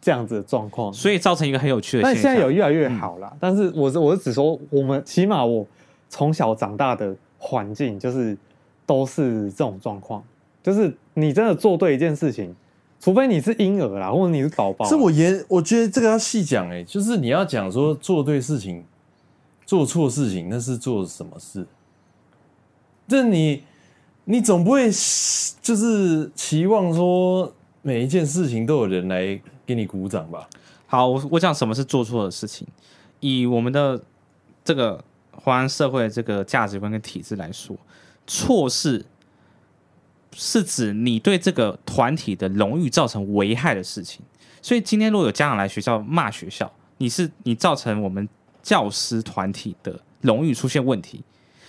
Speaker 4: 这样子的状况。
Speaker 6: 所以造成一个很有趣的
Speaker 4: 但
Speaker 6: 现
Speaker 4: 现在有
Speaker 6: 象。
Speaker 4: 越来越好
Speaker 5: 嗯
Speaker 4: 啦。但是我是我是只说，我们起码我从小长大的环境就是都是这种状况，就是你真的做对一件事情，除非你是婴儿啦，或者你是宝宝啊，
Speaker 5: 这我严，我觉得这个要细讲哎，就是你要讲说做对事情，做错事情，那是做什么事？这你你总不会就是期望说每一件事情都有人来给你鼓掌吧？
Speaker 6: 好，我我讲什么是做错的事情，以我们的这个华人社会的这个价值观跟体制来说，错事是指你对这个团体的荣誉造成危害的事情。所以今天如果有家长来学校骂学校，你是你造成我们教师团体的荣誉出现问题，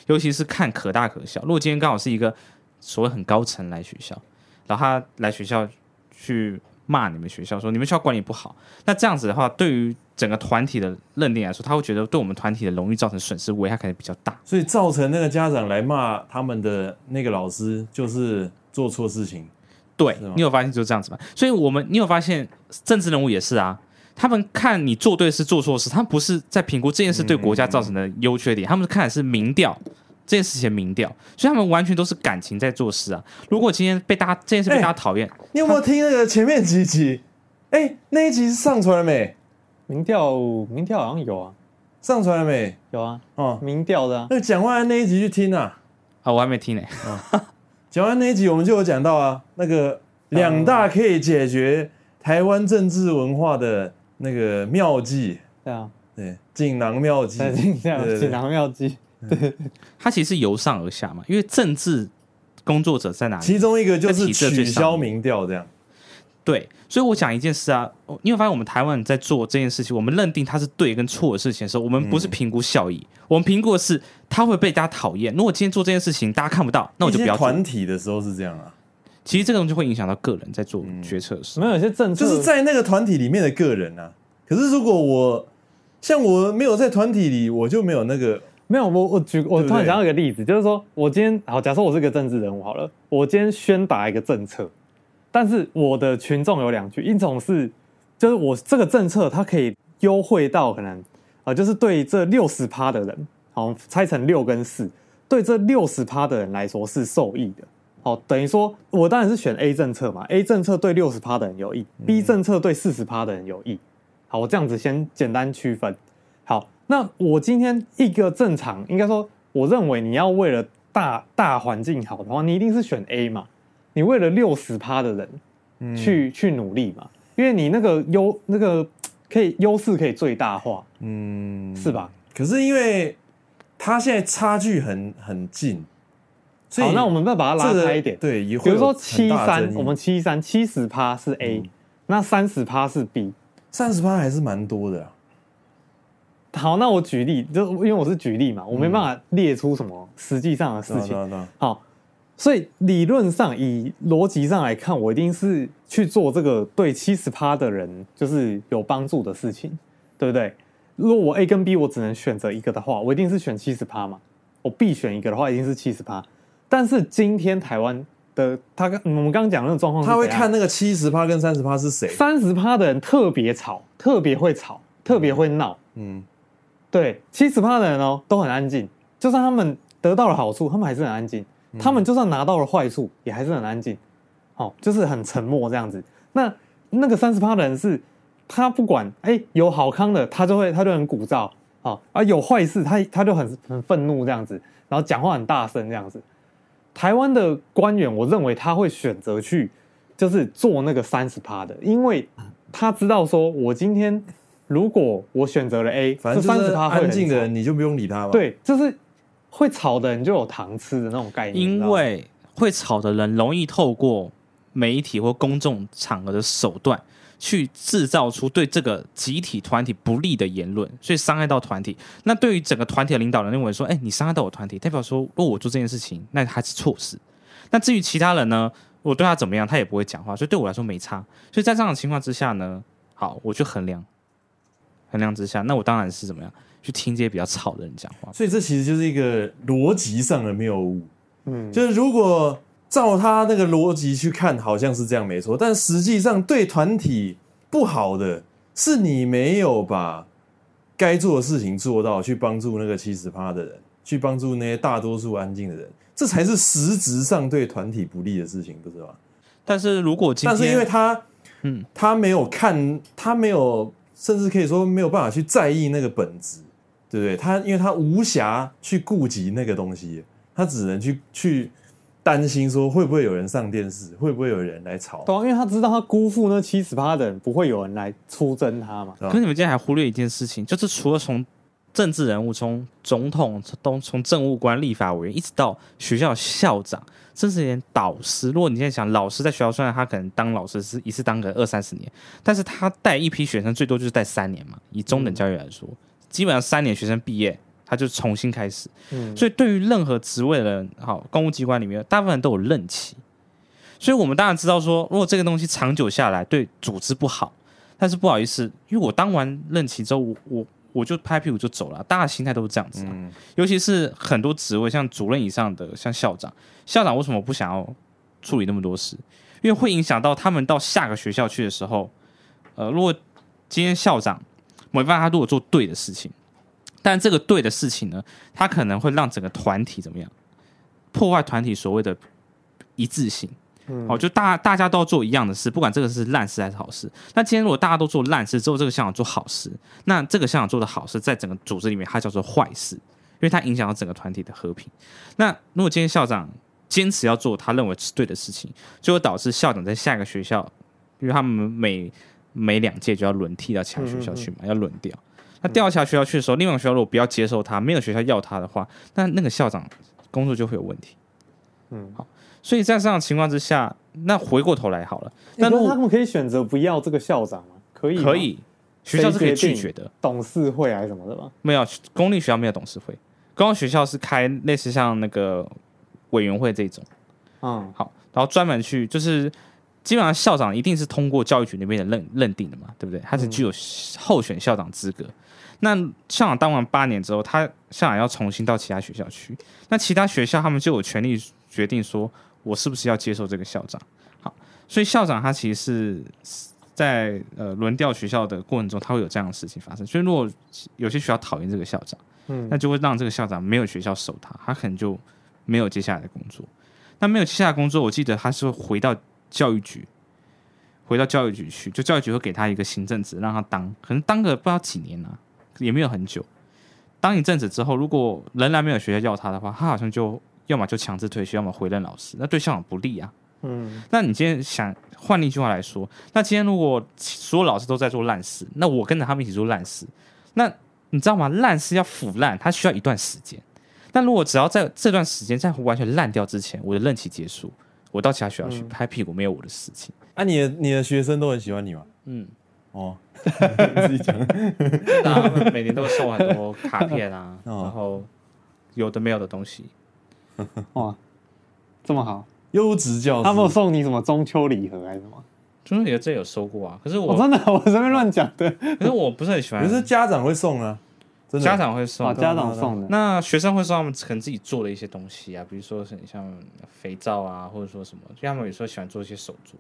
Speaker 6: 尤其是看可大可小。如果今天刚好是一个所谓很高层来学校，然后他来学校去骂你们学校说你们学校管理不好，那这样子的话，对于整个团体的认定来说，他会觉得对我们团体的荣誉造成损失，危害可能比较大。
Speaker 5: 所以造成那个家长来骂他们的那个老师，就是做错事情。
Speaker 6: 对
Speaker 5: 吗
Speaker 6: 你有发现就是这样子吧？所以我们你有发现政治人物也是啊，他们看你做对事做错事，他们不是在评估这件事对
Speaker 5: 嗯
Speaker 6: 国家造成的优缺点，他们看的是民调。这件事情的民调，所以他们完全都是感情在做事啊！如果今天被大家这件事被大家讨厌，
Speaker 5: 哎你有没有听那个前面几集？哎，那一集是上传了没？
Speaker 4: 民调民调好像有啊，
Speaker 5: 上传了没？
Speaker 4: 有啊，
Speaker 5: 哦，
Speaker 4: 民调的啊，
Speaker 5: 那蒋万安那一集去听啊。
Speaker 6: 啊，我还没听呢、
Speaker 5: 讲完那一集，我们就有讲到啊，那
Speaker 4: 哦
Speaker 5: 个两大可以解决台湾政治文化的那个妙计，
Speaker 4: 对 啊，
Speaker 5: 对，锦囊妙计，
Speaker 4: 在进这样
Speaker 5: 对对
Speaker 4: 锦囊妙计，
Speaker 6: 它其实是由上而下嘛，因为政治工作者在哪里？
Speaker 5: 其中一个就是
Speaker 6: 在体制最
Speaker 5: 取
Speaker 6: 上
Speaker 5: 消
Speaker 6: 面
Speaker 5: 民调，这样
Speaker 6: 对，所以我讲一件事啊，哦你有发现我们台湾人在做这件事情，我们认定它是对跟错的事情的时候，我们不是评估效益，我们评估的是它会被大家讨厌。如果今天做这件事情大家看不到，那我就不
Speaker 5: 一
Speaker 6: 要
Speaker 5: 些
Speaker 6: 做。
Speaker 5: 团体的时候是这样啊，
Speaker 6: 其实这个东西会影响到个人在做决策的时候。
Speaker 4: 没有有些政策
Speaker 5: 就是在那个团体里面的个人啊。可是如果我像我没有在团体里，我就没有那个
Speaker 4: 没有，我我举
Speaker 5: 对不
Speaker 4: 我
Speaker 5: 对
Speaker 4: 突然想到一个例子，就是说我今天好，假设我是个政治人物好了，我今天宣达一个政策，但是我的群众有两群，一种是就是我这个政策它可以优惠到可能呃，就是对这六十趴的人，好、拆成六跟四，对这六十趴的人来说是受益的。好、等于说我当然是选 A 政策嘛，A 政策对六十趴的人有益、b
Speaker 5: 嗯
Speaker 4: 政策对四十趴的人有益。好，我这样子先简单区分。好，那我今天一个正常，应该说，我认为你要为了大大环境好的话，你一定是选 A 嘛，你为了六十趴的人
Speaker 5: 嗯
Speaker 4: 去、去努力嘛，因为你那个优那个可以优势可以最大化，
Speaker 5: 嗯，
Speaker 4: 是吧？
Speaker 5: 可是因为他现在差距很很近，所以
Speaker 4: 好，那我们再把它
Speaker 5: 这
Speaker 4: 拉
Speaker 5: 个
Speaker 4: 开一点，
Speaker 5: 对，也
Speaker 4: 比
Speaker 5: 会
Speaker 4: 如说
Speaker 5: 有很
Speaker 4: 七
Speaker 5: 大的
Speaker 4: 三
Speaker 5: 争，议嗯
Speaker 4: 我们七三七十趴是 A，、那三十趴是 B。
Speaker 5: 三十八还是蛮多的、啊，
Speaker 4: 好，那我举例，就因为我是举例嘛，我没办
Speaker 5: 嗯
Speaker 4: 法列出什么实际上的事
Speaker 5: 对啊
Speaker 4: 情
Speaker 5: 对。啊对啊
Speaker 4: 好，所以理论上以逻辑上来看，我一定是去做这个对七十趴的人就是有帮助的事情，对不对？如果我 A 跟 B 我只能选择一个的话，我一定是选七十趴嘛。我 B 选一个的话，一定是七十趴。但是今天台湾的他跟我们刚刚讲的那个状况是
Speaker 5: 他
Speaker 4: 怎样，
Speaker 5: 会看那个七十趴跟三十趴是谁。
Speaker 4: 三十趴的人特别吵，特别会吵，特别会闹。
Speaker 5: 嗯，
Speaker 4: 对，七十趴的人哦都很安静，就算他们得到了好处，他们还是很安静；他们就算拿到了坏处，也还是很安静。好、就是很沉默这样子。那那个三十趴的人是，他不管哎有好康的，他就会他就很鼓噪，好、而有坏事他他就很很愤怒这样子，然后讲话很大声这样子。台湾的官员，我认为他会选择去就是做那个三十趴的，因为他知道说，我今天如果我选择了 A，
Speaker 5: 反正
Speaker 4: 三
Speaker 5: 就
Speaker 4: 十
Speaker 5: 是
Speaker 4: 趴会很
Speaker 5: 安静的
Speaker 4: 吵
Speaker 5: 人，你就不用理他嘛。，
Speaker 4: 对，就是会吵的人就有糖吃的那种概念，你知
Speaker 6: 因
Speaker 4: 道吗
Speaker 6: 为会吵的人容易透过媒体或公众场合的手段，去制造出对这个集体团体不利的言论，所以伤害到团体。那对于整个团体的领导人认为说，哎，你伤害到我团体，代表说，如果我做这件事情，那还是错事。那至于其他人呢，我对他怎么样，他也不会讲话，所以对我来说没差。所以在这样的情况之下呢，好，我去衡量，衡量之下，那我当然是怎么样去听这些比较吵的人讲话。
Speaker 5: 所以这其实就是一个逻辑上的谬误。
Speaker 4: 嗯，
Speaker 5: 就是如果照他那个逻辑去看，好像是这样没错，但实际上对团体不好的是你没有把该做的事情做到，去帮助那个七十趴的人，去帮助那些大多数安静的人，这才是实质上对团体不利的事情，不是吗？
Speaker 6: 但是如果今天，
Speaker 5: 但是因为他，
Speaker 6: 嗯
Speaker 5: 他没有看，他没有，甚至可以说没有办法去在意那个本质，对不对？他因为他无暇去顾及那个东西，他只能去去担心说会不会有人上电视，会不会有人来吵。
Speaker 4: 对啊、因为他知道他辜负那七十趴的人，不会有人来出征他嘛。
Speaker 5: 对吧
Speaker 6: 可是你们今天还忽略一件事情，就是除了从政治人物、从总统、从从政务官、立法委员，一直到学校校长，甚至连导师。如果你现在想，老师在学校虽然他可能当老师是一次当个二三十年，但是他带一批学生最多就是带三年嘛。以中等教育来说，基本上三年学生毕业，他就重新开始。
Speaker 4: 嗯，
Speaker 6: 所以对于任何职位的人，好，公务机关里面，大部分人都有任期，所以我们当然知道说，如果这个东西长久下来，对组织不好。但是不好意思，因为我当完任期之后，我我我就拍屁股就走了，大家心态都是这样子、啊。
Speaker 5: 嗯
Speaker 6: 尤其是很多职位，像主任以上的，像校长，校长为什么不想要处理那么多事？因为会影响到他们到下个学校去的时候，呃，如果今天校长某一方他如果做对的事情，但这个对的事情呢，他可能会让整个团体怎么样，破坏团体所谓的一致性。好，哦就大大家都要做一样的事，不管这个是烂事还是好事。那今天如果大家都做烂事，只有这个校长做好事，那这个校长做的好事，在整个组织里面，它叫做坏事，因为它影响到整个团体的和平。那如果今天校长坚持要做他认为是对的事情，就会导致校长在下个学校，因为他们每每两届就要轮替到其他学校去嘛，要轮调。那调到其他学校去的时候，另外一个学校如果不要接受他，没有学校要他的话，那那个校长工作就会有问题。
Speaker 4: 嗯，
Speaker 6: 好，所以在这样的情况之下，那回过头来好了，那如
Speaker 4: 那
Speaker 6: 果
Speaker 4: 他们可以选择不要这个校长吗？可以，
Speaker 6: 可，以，学校是可以拒绝的。
Speaker 4: 董事会还是什么的吧？
Speaker 6: 没有公立学校没有董事会，公立学校是开类似像那个委员会这种，
Speaker 4: 嗯
Speaker 6: 好，然后专门去就是基本上校长一定是通过教育局那边的认认定的嘛，对不对？他是具有候选校长资格。那校长当完八年之后，他校长要重新到其他学校去，那其他学校他们就有权利决定说我是不是要接受这个校长。好，所以校长他其实是在呃轮调学校的过程中，他会有这样的事情发生。所以如果有些学校讨厌这个校长，
Speaker 4: 嗯
Speaker 6: 那就会让这个校长没有学校收他，他可能就没有接下来的工作。那没有接下来的工作，我记得他是会回到教育局，回到教育局去，就教育局会给他一个行政职，让他当，可能当个不知道几年啊，也没有很久。当一阵子之后，如果仍然没有学校要他的话，他好像就要么就强制退学，要么回任老师，那对校长不利啊。
Speaker 4: 嗯
Speaker 6: 那你今天想换另一句话来说，那今天如果所有老师都在做烂事，那我跟着他们一起做烂事，那你知道吗？烂事要腐烂，它需要一段时间。那如果只要在这段时间在完全烂掉之前，我的任期结束，我到其他学校去
Speaker 5: 嗯
Speaker 6: 拍屁股，没有我的事情。
Speaker 5: 啊，你的你的学生都很喜欢你吗？
Speaker 6: 嗯，
Speaker 5: 哦，自己讲，
Speaker 6: 那他们每年都会送我很多卡片 啊，
Speaker 5: 哦
Speaker 6: 然后有的没有的东西。
Speaker 4: 哇，这么好，
Speaker 5: 优质教师，
Speaker 4: 他们有送你什么中秋礼盒还是什么？
Speaker 6: 中秋节这有收过啊，可是我、
Speaker 4: 我真的 我随便乱讲的，
Speaker 6: 可是我不是很喜欢
Speaker 5: 可，是家长会送啊，真的
Speaker 6: 家长会送
Speaker 4: 啊，，家长送的，
Speaker 6: 那学生会说他们可能自己做了一些东西啊，比如说很像肥皂啊，或者说什么，就他们有时候喜欢做一些手作。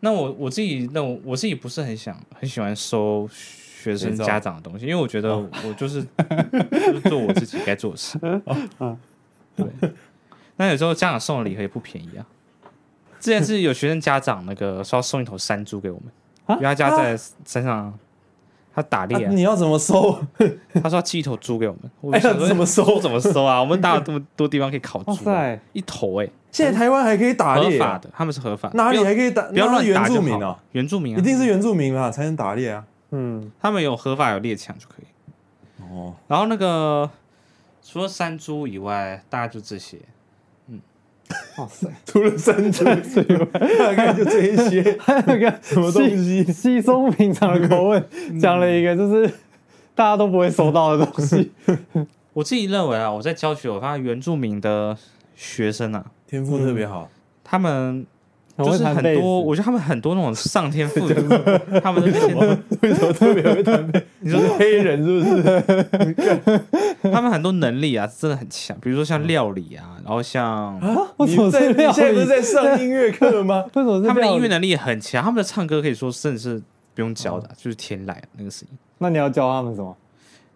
Speaker 6: 那我我自己那我我自己不是很想很喜欢收学生
Speaker 5: 肥皂
Speaker 6: 家长的东西，因为我觉得我就是就是做我自己该做的事。对， 那有时候家长送的礼盒也不便宜啊。之前是有学生家长那个说要送一头山猪给我们，因为他家在山上啊，他打猎、
Speaker 5: 啊你要怎么收？
Speaker 6: 他说要寄一头猪给我们，我
Speaker 5: 哎呀
Speaker 6: 想说
Speaker 5: 怎么收
Speaker 6: 我怎么收啊？我们哪有这么多地方可以烤猪、啊？
Speaker 4: 哇塞
Speaker 6: 一头哎、
Speaker 5: 现在台湾还可以打
Speaker 6: 合
Speaker 5: 猎
Speaker 6: 法
Speaker 5: 啊，
Speaker 6: 的，他们是合法的，
Speaker 5: 哪里
Speaker 6: 不要
Speaker 5: 还可以打？
Speaker 6: 不要
Speaker 5: 那是
Speaker 6: 乱
Speaker 5: 原
Speaker 6: 打就
Speaker 5: 住民
Speaker 6: 好
Speaker 5: 啊，
Speaker 6: 原住民啊，
Speaker 5: 一定是原住民啊才能打猎啊。
Speaker 4: 嗯，
Speaker 6: 他们有合法有猎枪就可以。
Speaker 5: 哦，
Speaker 6: 然后那个除了山猪以外，大概就这些。
Speaker 4: 哇塞，
Speaker 5: 除了山猪以外，大概就这一些。
Speaker 4: 还有一个什
Speaker 5: 么东
Speaker 4: 西稀松平常的口吻讲了一个就是 大家都不会收到的东西，
Speaker 6: 我自己认为啊，我在教学，我发现原住民的学生啊，
Speaker 5: 天赋特别好，
Speaker 6: 他们
Speaker 4: 很
Speaker 6: 就
Speaker 4: 会
Speaker 6: 是
Speaker 4: 弹
Speaker 6: 很
Speaker 4: 贝斯
Speaker 6: 多，我觉得他们很多那种上天赋予他们的那些，
Speaker 5: 为什么特别会弹贝？
Speaker 6: 你说
Speaker 5: 黑人是 不是？
Speaker 6: 他们很多能力啊，真的很强，比如说像料理啊，然后像
Speaker 4: 我怎么
Speaker 5: 你在
Speaker 4: 是
Speaker 5: 你
Speaker 4: 料
Speaker 5: 现在不是
Speaker 4: 理？
Speaker 5: 在上音乐课 吗？
Speaker 4: 为什么是
Speaker 6: 他们的
Speaker 4: 料
Speaker 6: 音乐
Speaker 4: 理？
Speaker 6: 能力也很强，他们的唱歌可以说甚至是不用教
Speaker 5: 嗯
Speaker 6: 的，就是天籁那个声音
Speaker 4: 那你要教他们什么？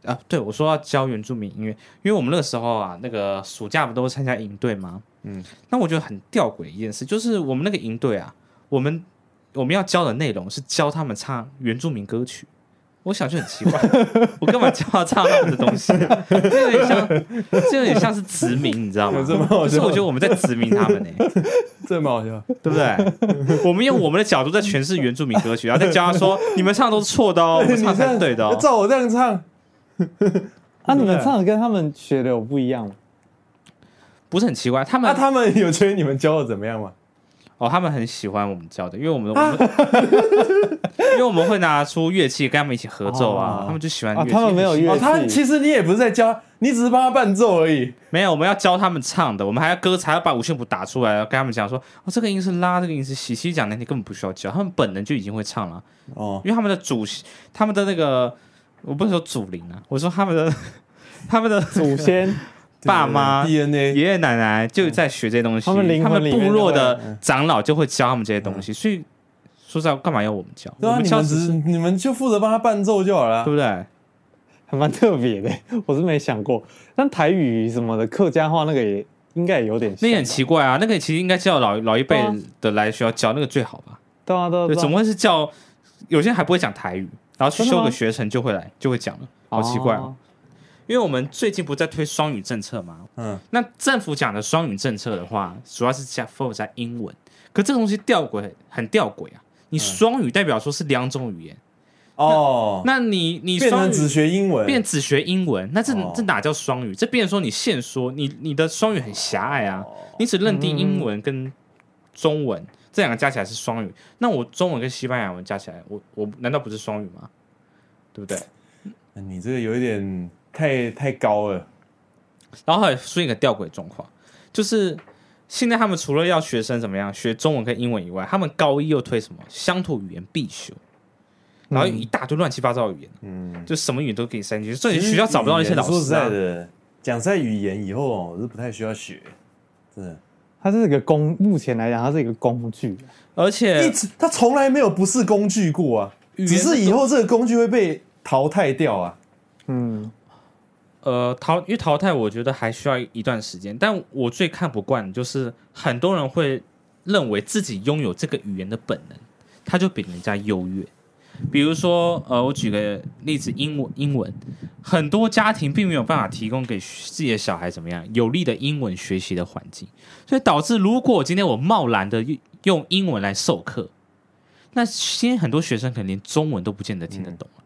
Speaker 6: 啊。对，我说要教原住民音乐，因为我们那个时候啊，那个暑假不都参加营队吗？
Speaker 5: 嗯，
Speaker 6: 那我觉得很吊诡的一件事，就是我们那个营队啊，我们我们要教的内容是教他们唱原住民歌曲。我想就很奇 怪，我干嘛教他唱他们的东西、啊？这有点像，这有点像是殖民，你知道吗？
Speaker 5: 有这么好
Speaker 6: 就是
Speaker 5: 笑
Speaker 6: 我觉得我们在殖民他们欸呢、
Speaker 5: 这蛮好笑。
Speaker 6: 对不对？ 我们用我们的角度在诠释原住民歌曲，然后再教他 说：“你们唱都是错的哦，我们
Speaker 5: 你
Speaker 6: 唱
Speaker 5: 这
Speaker 6: 才是
Speaker 5: 样
Speaker 6: 对的哦。
Speaker 5: 照我这样唱，
Speaker 4: 啊，你们唱的跟他们学的有不一样 吗？”
Speaker 6: 不是很奇怪，他
Speaker 4: 啊
Speaker 6: 们、
Speaker 5: 那啊他们有觉得你们教的怎么样吗？
Speaker 6: 哦，他们很喜欢我们教的，因为我们
Speaker 4: 啊
Speaker 6: 我们、 因为我们会拿出乐器跟他们一起合奏啊，
Speaker 4: 哦
Speaker 6: 他们就喜欢乐
Speaker 4: 啊，
Speaker 6: 器。
Speaker 4: 他们没有乐
Speaker 5: 哦，他
Speaker 4: 器，
Speaker 5: 其实你也不是在教，你只是帮他伴奏而已。
Speaker 6: 没有，我们要教他们唱的，我们还要歌词，还要把五线谱打出来，然后跟他们讲说：“哦，这个音是拉，这个音是西。”其实讲那些根本不需要教，他们本能就已经会唱了，
Speaker 5: 哦，
Speaker 6: 因为他们的主他们的那个我不是说祖灵啊，我说他们的 他们的
Speaker 4: 祖先
Speaker 6: 爸妈
Speaker 5: DNA
Speaker 6: 爷爷奶奶就在学这些东西，
Speaker 4: 他们灵魂
Speaker 6: 他们
Speaker 4: 里面
Speaker 6: 部落
Speaker 4: 都嗯
Speaker 6: 的长老就会教他们这些东西，所以说实在，干嘛要我们教？
Speaker 5: 对
Speaker 6: 我
Speaker 5: 啊，你
Speaker 6: 教
Speaker 5: 们
Speaker 6: 只
Speaker 5: 只
Speaker 6: 是
Speaker 5: 是你们就负责帮他伴奏就好了啊
Speaker 6: 对。不对？
Speaker 4: 还蛮特别的，我是没想过。但台语什么的客家话那个也应该也有点像吧，
Speaker 6: 那也很奇怪啊，那个其实应该叫老老一辈的来学校教，那个最好吧？
Speaker 4: 对啊对啊，
Speaker 6: 对，
Speaker 4: 对啊
Speaker 6: 怎么会是叫有些人还不会讲台语，然后去
Speaker 4: 真的吗
Speaker 6: 修个学程就会来就会讲了，好奇怪、哦
Speaker 4: 哦。
Speaker 6: 因为我们最近不是在推双语政策嘛，
Speaker 5: 嗯，
Speaker 6: 那政府讲的双语政策的话，主要是加 focus 在英文，可这个东西吊诡很吊诡啊。
Speaker 4: 嗯
Speaker 6: 你双语代表说是两种语言，
Speaker 5: 哦，
Speaker 6: 那你你
Speaker 5: 变
Speaker 6: 双
Speaker 5: 成
Speaker 6: 语
Speaker 5: 只学英文，
Speaker 6: 变只学英文，那这、
Speaker 5: 哦
Speaker 6: 这哪叫双语？这变成说你现说，你你的双语很狭隘啊，
Speaker 5: 哦
Speaker 6: 你只认定英
Speaker 5: 嗯
Speaker 6: 文跟中文、这两个加起来是双语，那我中文跟西班牙文加起来，我我难道不是双语吗？对不对？
Speaker 5: 嗯你这个有一点太太高了。
Speaker 6: 然后还有出现一个吊诡状况，就是现在他们除了要学生怎么样学中文跟英文以外，他们高一又推什么乡土语言必修，然后一大堆乱七八糟的语言，
Speaker 5: 嗯，
Speaker 6: 就什么语言都给你塞进去，所以学校找不到那些老
Speaker 5: 说实
Speaker 6: 师、
Speaker 5: 在
Speaker 6: 啊。
Speaker 5: 的，讲实在语言以后哦，我是不太需要学，真的。
Speaker 4: 它是一个工，目前来讲它是一个工具，
Speaker 6: 而且
Speaker 5: 一直他从来没有不是工具过啊，
Speaker 6: 言
Speaker 5: 只是以后这个工具会被淘汰掉啊。
Speaker 4: 嗯，
Speaker 6: 呃淘，因为淘汰我觉得还需要一段时间，但我最看不惯的就是很多人会认为自己拥有这个语言的本能，他就比人家优越。比如说，呃，我举个例子，英文，英文，很多家庭并没有办法提供给自己的小孩怎么样有利的英文学习的环境，所以导致如果今天我贸然的用英文来授课，那今天很多学生可能连中文都不见得听得懂了，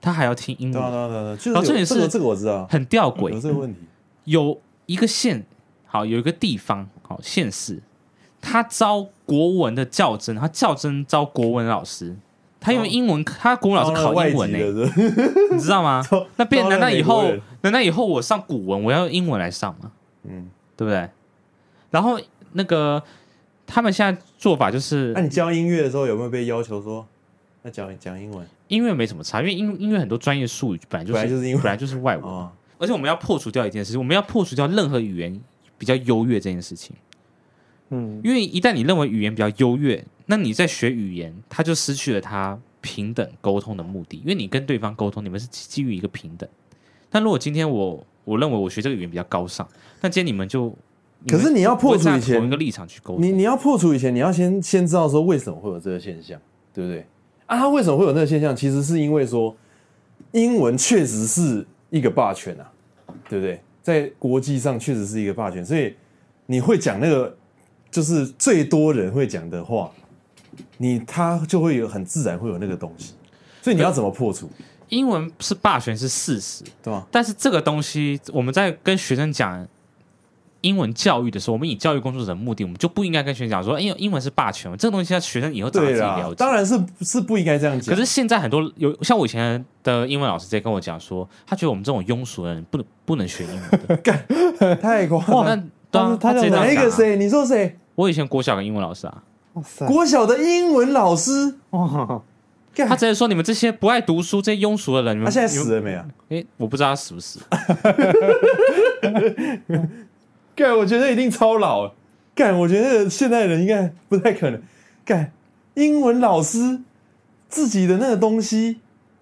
Speaker 6: 他还要听英
Speaker 5: 对啊，对啊，
Speaker 6: 文，
Speaker 5: 对啊，就是
Speaker 6: 然后
Speaker 5: 有
Speaker 6: 重点
Speaker 5: 这个
Speaker 6: 是
Speaker 5: 这个我知道，
Speaker 6: 很吊诡
Speaker 5: 有。这个问题。
Speaker 6: 有一个县，好有一个地方，好县市，他招国文的较真，他较真招国文老师，他用英文，他国文老师
Speaker 5: 当然
Speaker 6: 考
Speaker 5: 哦外
Speaker 6: 英
Speaker 5: 籍
Speaker 6: 文呢、
Speaker 5: 的是吧
Speaker 6: 你知道吗
Speaker 5: 招？
Speaker 6: 那变
Speaker 5: 招
Speaker 6: 难
Speaker 5: 了
Speaker 6: 道以
Speaker 5: 美国
Speaker 6: 后
Speaker 5: 人
Speaker 6: 难道以后我上古文，我要用英文来上吗？
Speaker 5: 嗯，
Speaker 6: 对不对？然后那个他们现在做法就是
Speaker 5: 那你教音乐的时候有没有被要求说要讲讲英文？
Speaker 6: 音乐没什么差，因为音音乐很多专业术语本来就是
Speaker 5: 本来就是英文
Speaker 6: 本来就是外文，
Speaker 5: 哦，
Speaker 6: 而且我们要破除掉一件事情，我们要破除掉任何语言比较优越这件事情。
Speaker 4: 嗯，
Speaker 6: 因为一旦你认为语言比较优越，那你在学语言，它就失去了它平等沟通的目的。因为你跟对方沟通，你们是基基于一个平等。但如果今天我我认为我学这个语言比较高尚，那今天你们就
Speaker 5: 可是你要破除以前
Speaker 6: 你们不会站在同一个立场去沟
Speaker 5: 你
Speaker 6: 通，
Speaker 5: 你要破除以前，你要先先知道说为什么会有这个现象，对不对？啊，它为什么会有那个现象？其实是因为说英文确实是一个霸权啊，对不对？在国际上确实是一个霸权，所以你会讲那个就是最多人会讲的话，你他就会有很自然会有那个东西，所以你要怎么破除，
Speaker 6: 英文是霸权是事实，
Speaker 5: 对吗？
Speaker 6: 但是这个东西我们在跟学生讲。英文教育的时候，我们以教育工作者的目的，我们就不应该跟学生讲说，因为英文是霸权，这个东西要学生以后长大
Speaker 5: 对
Speaker 6: 自己
Speaker 5: 啦
Speaker 6: 了解。，
Speaker 5: 当然是是不应该这样讲。
Speaker 6: 可是现在很多有像我以前的英文老师直接跟我讲说，他觉得我们这种庸俗的人不能不能学英文 的。
Speaker 5: 太夸
Speaker 6: 哇，
Speaker 5: 张了，
Speaker 6: 那对啊，
Speaker 4: 是他
Speaker 6: 直接这样
Speaker 5: 哪一
Speaker 6: 讲
Speaker 5: 个
Speaker 6: 啊？
Speaker 5: 谁？你说谁？
Speaker 6: 我以前国小的英文老师啊，
Speaker 4: 哇塞，
Speaker 5: 国小的英文老师。
Speaker 4: 哇，
Speaker 5: 干
Speaker 6: 他直接说你们这些不爱读书、这些庸俗的人，
Speaker 5: 他
Speaker 6: 你们
Speaker 5: 现在
Speaker 6: 你们
Speaker 5: 死了没啊？
Speaker 6: 诶，我不知道他死不死。
Speaker 5: 干，我觉得一定超老了。干，我觉得现代人应该不太可能。干，英文老师自己的那个东西，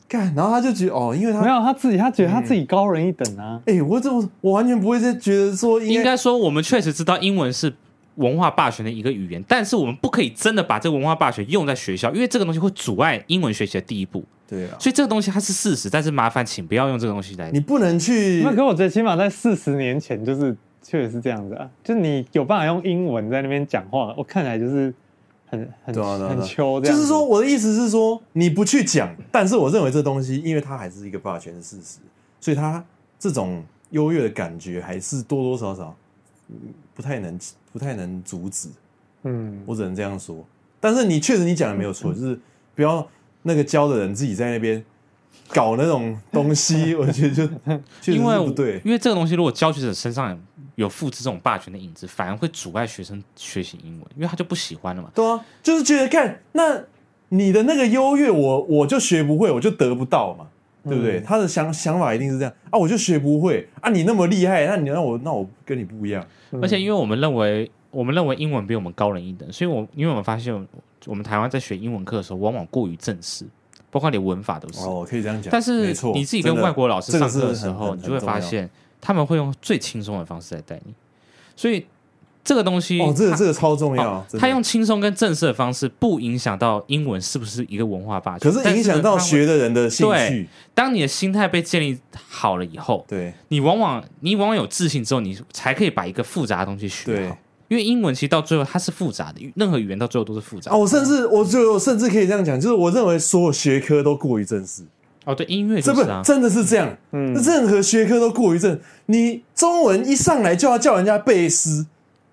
Speaker 5: 干，然后他就觉得哦，因为他
Speaker 4: 没有他自己，他觉得他自己高人一等啊，
Speaker 5: 哎、我怎么我完全不会再觉得说应
Speaker 6: 应
Speaker 5: 该
Speaker 6: 该说，我们确实知道英文是文化霸权的一个语言，但是我们不可以真的把这个文化霸权用在学校，因为这个东西会阻碍英文学习的第一步。
Speaker 5: 对啊，
Speaker 6: 所以这个东西它是事实，但是麻烦请不要用这个东西来
Speaker 5: 你不能去
Speaker 4: 那可我觉得起码在四十年前就是确实是这样子啊，就你有办法用英文在那边讲话，我看起来就是很很
Speaker 5: 对啊对啊
Speaker 4: 很
Speaker 5: 对啊
Speaker 4: 秋这
Speaker 5: 就
Speaker 4: 样子，
Speaker 5: 是说，我的意思是说，你不去讲，但是我认为这东西，因为它还是一个霸权的事实，所以它这种优越的感觉还是多多少少嗯不太能不太能阻止。
Speaker 4: 嗯，
Speaker 5: 我只能这样说。但是你确实你讲的没有
Speaker 6: 嗯
Speaker 5: 错，就是不要那个教的人自己在那边搞那种东 西，我觉得就确实
Speaker 6: 因为
Speaker 5: 是
Speaker 6: 我
Speaker 5: 不对。
Speaker 6: 因为这个东西如果教学者身上有复制这种霸权的影子，反而会阻碍学生学习英文，因为他就不喜欢了嘛。
Speaker 5: 对啊，就是觉得看那你的那个优越我，我就学不会，我就得不到嘛，对不
Speaker 6: 嗯
Speaker 5: 对？他的想想法一定是这样啊，我就学不会啊，你那么厉害，那你那我那我跟你不一样，
Speaker 6: 而且因为我们认为我们认为英文比我们高人一等，所以我因为我们发现我们台湾在学英文课的时候，往往过于正式，包括连文法都是。
Speaker 5: 哦，可以这样讲。
Speaker 6: 但是
Speaker 5: 没错
Speaker 6: 你自己跟外国老师
Speaker 5: 真的
Speaker 6: 上
Speaker 5: 这个
Speaker 6: 课的
Speaker 5: 是
Speaker 6: 时
Speaker 5: 很
Speaker 6: 候，
Speaker 5: 很
Speaker 6: 你就会
Speaker 5: 很重
Speaker 6: 发
Speaker 5: 要
Speaker 6: 现他们会用最轻松的方式来带你，所以这个东西
Speaker 5: 哦，这个
Speaker 6: 它
Speaker 5: 这个超重要
Speaker 6: 哦。
Speaker 5: 真的
Speaker 6: 他用轻松跟正式的方式，不影响到英文是不是一个文化霸权，
Speaker 5: 可是
Speaker 6: 但
Speaker 5: 影响
Speaker 6: 呢
Speaker 5: 到
Speaker 6: 它会
Speaker 5: 学。的人的兴趣，
Speaker 6: 当你的心态被建立好了以后，
Speaker 5: 对
Speaker 6: 你往往你往往有自信之后，你才可以把一个复杂的东西学
Speaker 5: 对
Speaker 6: 好。。因为英文其实到最后它是复杂的，任何语言到最后都是复杂
Speaker 5: 啊，
Speaker 6: 的。
Speaker 5: 我甚至我就甚至可以这样讲，就是我认为所有学科都过于正式，
Speaker 6: 哦，对，音乐
Speaker 5: 这
Speaker 6: 就
Speaker 5: 不
Speaker 6: 是啊，
Speaker 5: 真的是这样。
Speaker 4: 嗯
Speaker 5: 任何学科都过于正，你中文一上来就要叫人家背 诗。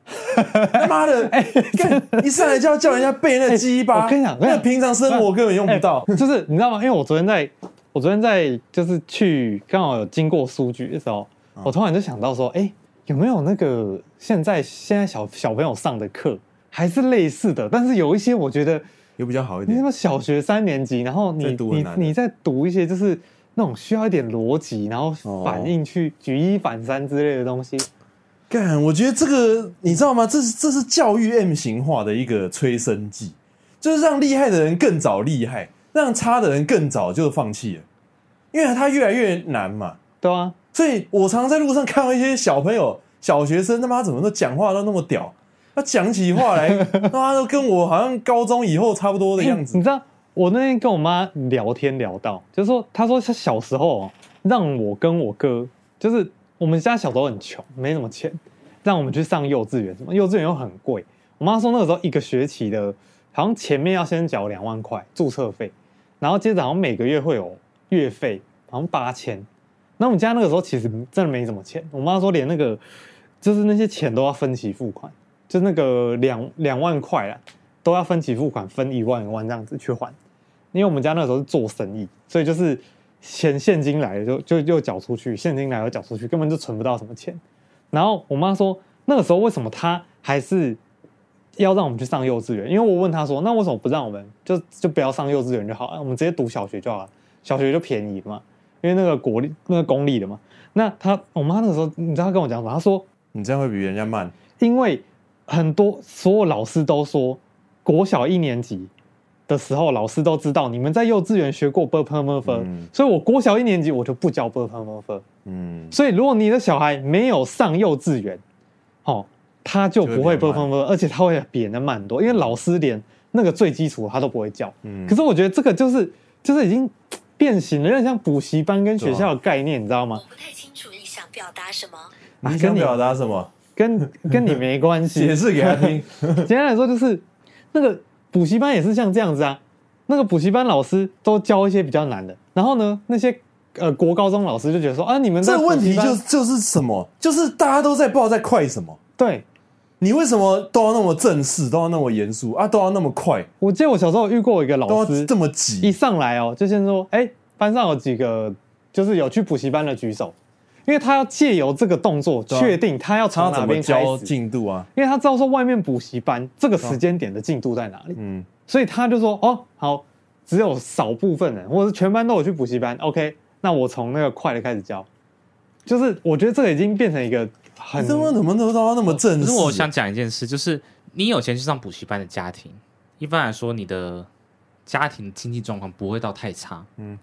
Speaker 5: 他妈的，
Speaker 4: 哎
Speaker 5: 干一上来就要叫人家背那鸡巴，
Speaker 4: 我跟你讲我跟你
Speaker 5: 那
Speaker 4: 讲
Speaker 5: 平常生
Speaker 4: 哎
Speaker 5: 活根本用 不到。
Speaker 4: 就是你知道吗？因为我昨天在，我昨天在就是去刚好有经过书局的时候，
Speaker 5: 嗯
Speaker 4: 我突然就想到说，哎、有没有那个现在现在小小朋友上的课还是类似的？但是有一些我觉得
Speaker 5: 有比较好一
Speaker 4: 你
Speaker 5: 点
Speaker 4: 什，么小学三年级，然后你
Speaker 5: 再读很
Speaker 4: 你
Speaker 5: 难的
Speaker 4: 你再读一些就是那种需要一点逻辑，然后
Speaker 5: 哦
Speaker 4: 反应去举一反三之类的东西。
Speaker 5: 干，我觉得这个你知道吗？这是这是教育 M 型化的一个催生剂，就是让厉害的人更早厉害，让差的人更早就放弃了，因为他越来越难嘛。
Speaker 4: 对啊，
Speaker 5: 所以我常在路上看到一些小朋 友、小学生，他妈怎么都讲话都那么屌，他讲起话 来，他妈都跟我好像高中以后差不多的样子
Speaker 4: 哎你。知道我那天跟我妈聊天聊到，就是说，她说她小时候哦让我跟我哥，就是我们家小时候很穷，没什么钱，让我们去上幼稚园，什么幼稚园又很贵。我妈说那个时候一个学期的，好像前面要先缴两万块注册费，然后接着好像每个月会有月费，好像八千。那我们家那个时候其实真的没什么钱，我妈说连那个就是那些钱都要分期付款，就那个两两万块啊，都要分期付款，分一万一万这样子去还。因为我们家那时候是做生意，所以就是钱现金来了就就又缴出去，现金来了缴出去，根本就存不到什么钱。然后我妈说，那个时候为什么她还是要让我们去上幼稚园？因为我问她说，那为什么不让我们就就不要上幼稚园就好了，我们直接读小学就好了，小学就便宜嘛，因为那个国立那个公立的嘛。那她我妈那个时候，你知道她跟我讲什么？她说
Speaker 5: 你这样会比人家慢，
Speaker 4: 因为很多所有老师都说，国小一年级的时候，老师都知道你们在幼稚园学过 b u r p e r m u r p e r
Speaker 5: 嗯
Speaker 4: 所以我国小一年级我就不教 b u r p e r m u r p e r
Speaker 5: 嗯，
Speaker 4: 所以如果你的小孩没有上幼稚园，哦，他就不会 b
Speaker 5: 就
Speaker 4: u
Speaker 5: 会比
Speaker 4: r p
Speaker 5: 较
Speaker 4: e r m u r p e r 而且他会比人家慢很多，因为老师连那个最基础的他都不会教。
Speaker 5: 嗯
Speaker 4: 可是我觉得这个就是就是已经变形了，有点像补习班跟
Speaker 5: 对
Speaker 4: 学
Speaker 5: 啊
Speaker 4: 校的概念，你知道吗
Speaker 7: 我？不太清楚你想表达什么。
Speaker 4: 啊
Speaker 5: 你想
Speaker 4: 跟你
Speaker 5: 表达什么？
Speaker 4: 跟跟你没关 系，
Speaker 5: 解释给他 听。
Speaker 4: 简单来说，就是那个补习班也是像这样子啊。那个补习班老师都教一些比较难的，然后呢，那些呃国高中老师就觉得说啊，你们在
Speaker 5: 这问题
Speaker 4: 补习
Speaker 5: 就
Speaker 4: 班
Speaker 5: 就是什么？就是大家都在不知道在快什么。
Speaker 4: 对。
Speaker 5: 你为什么都要那么正式，都要那么严肃啊，都要那么快，
Speaker 4: 我记得我小时候有遇过一个
Speaker 5: 都
Speaker 4: 老
Speaker 5: 要
Speaker 4: 师，
Speaker 5: 这么
Speaker 4: 一
Speaker 5: 急？
Speaker 4: 上来哦，就先说，哎、班上有几个就是有去补习班的举手，因为他要借由这个动作
Speaker 5: 啊
Speaker 4: 确定他要
Speaker 5: 他
Speaker 4: 从
Speaker 5: 要
Speaker 4: 哪
Speaker 5: 怎么
Speaker 4: 边开
Speaker 5: 教
Speaker 4: 始，
Speaker 5: 进啊度啊？
Speaker 4: 因为他知道说外面补习班这个时间点的进度在哪里。
Speaker 5: 嗯，
Speaker 4: 所以他就说：“哦，好，只有少部分人，或者是全班都有去补习班，OK，那我从那个快的开始教。”就是我觉得这个已经变成一个很
Speaker 5: 你怎么怎么都要那么正
Speaker 6: 可
Speaker 5: 式？啊
Speaker 6: 是我想讲一件事，就是你有钱去上补习班的家庭，一般来说你的家庭经济状况不会到太差，嗯，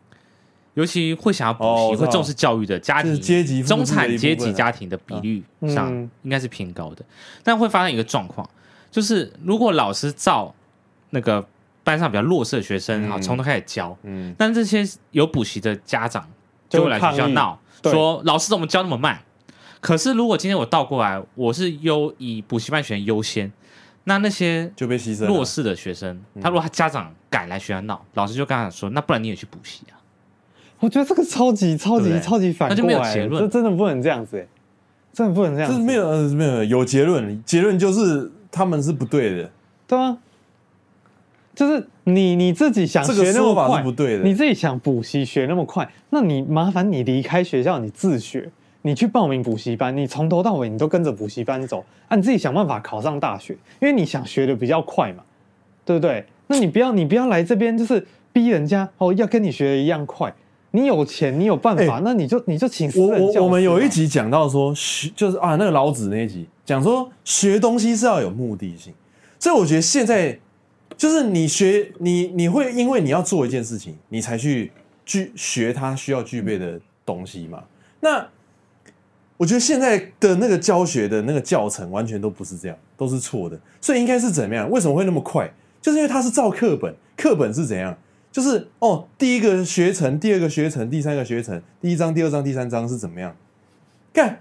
Speaker 6: 尤其会想要补
Speaker 5: 哦我
Speaker 6: 习、
Speaker 5: 知道
Speaker 6: 会重视教育的家
Speaker 5: 这
Speaker 6: 庭，
Speaker 5: 是阶级复制的一部
Speaker 6: 中
Speaker 5: 分啊
Speaker 6: 产阶级家庭的比率上
Speaker 4: 嗯
Speaker 6: 应该是偏高的，但会发生一个状况，就是如果老师照那个班上比较弱势的学生，
Speaker 5: 嗯
Speaker 6: 好从头开始教，
Speaker 5: 嗯，
Speaker 6: 但这些有补习的家长
Speaker 4: 就
Speaker 6: 就
Speaker 4: 会
Speaker 6: 会来学校
Speaker 4: 抗议
Speaker 6: 闹，
Speaker 4: 对
Speaker 6: 说老师怎么教那么慢？可是如果今天我倒过来，我是优以补习班学生优先，那那些
Speaker 5: 就啊被牺牲了
Speaker 6: 弱势的学生，他如果他家长敢来学校闹，老师就跟他讲说，那不然你也去补习啊。
Speaker 4: 我觉得这个超级超
Speaker 6: 对
Speaker 4: 级
Speaker 6: 不对
Speaker 4: 超级反
Speaker 6: 那就
Speaker 4: 过
Speaker 6: 没有
Speaker 4: 来，
Speaker 6: 结论
Speaker 4: 这真的不能这样子、欸，真的不能这样
Speaker 5: 这
Speaker 4: 子，
Speaker 5: 是
Speaker 4: 欸
Speaker 5: 没有呃没有有结论，结论就是他们是不对的。
Speaker 4: 对啊。就是你你自己想
Speaker 5: 这个
Speaker 4: 学那么
Speaker 5: 说法
Speaker 4: 快，
Speaker 5: 是不对的
Speaker 4: 你自己想补习学那么快，那你麻烦你离开学校，你自学，你去报名补习班，你从头到尾你都跟着补习班走，啊，你自己想办法考上大学，因为你想学的比较快嘛，对不对？那你不要你不要来这边就是逼人家哦，要跟你学的一样快。你有钱，你有办法，
Speaker 5: 哎
Speaker 4: 那你就你就请私
Speaker 5: 我
Speaker 4: 人教师啊
Speaker 5: 我我们有一
Speaker 4: 嘛
Speaker 5: 集讲到说学，就是啊那个老子那一集讲说学东西是要有目的性，所以我觉得现在就是你学你你会因为你要做一件事情，你才去具学它需要具备的东西嘛。那我觉得现在的那个教学的那个教程完全都不是这样，都是错的。所以应该是怎么样？为什么会那么快？就是因为它是照课本，课本是怎样？就是哦，第一个学程，第二个学程，第三个学程，第一章、第二章、第三章是怎么样？干，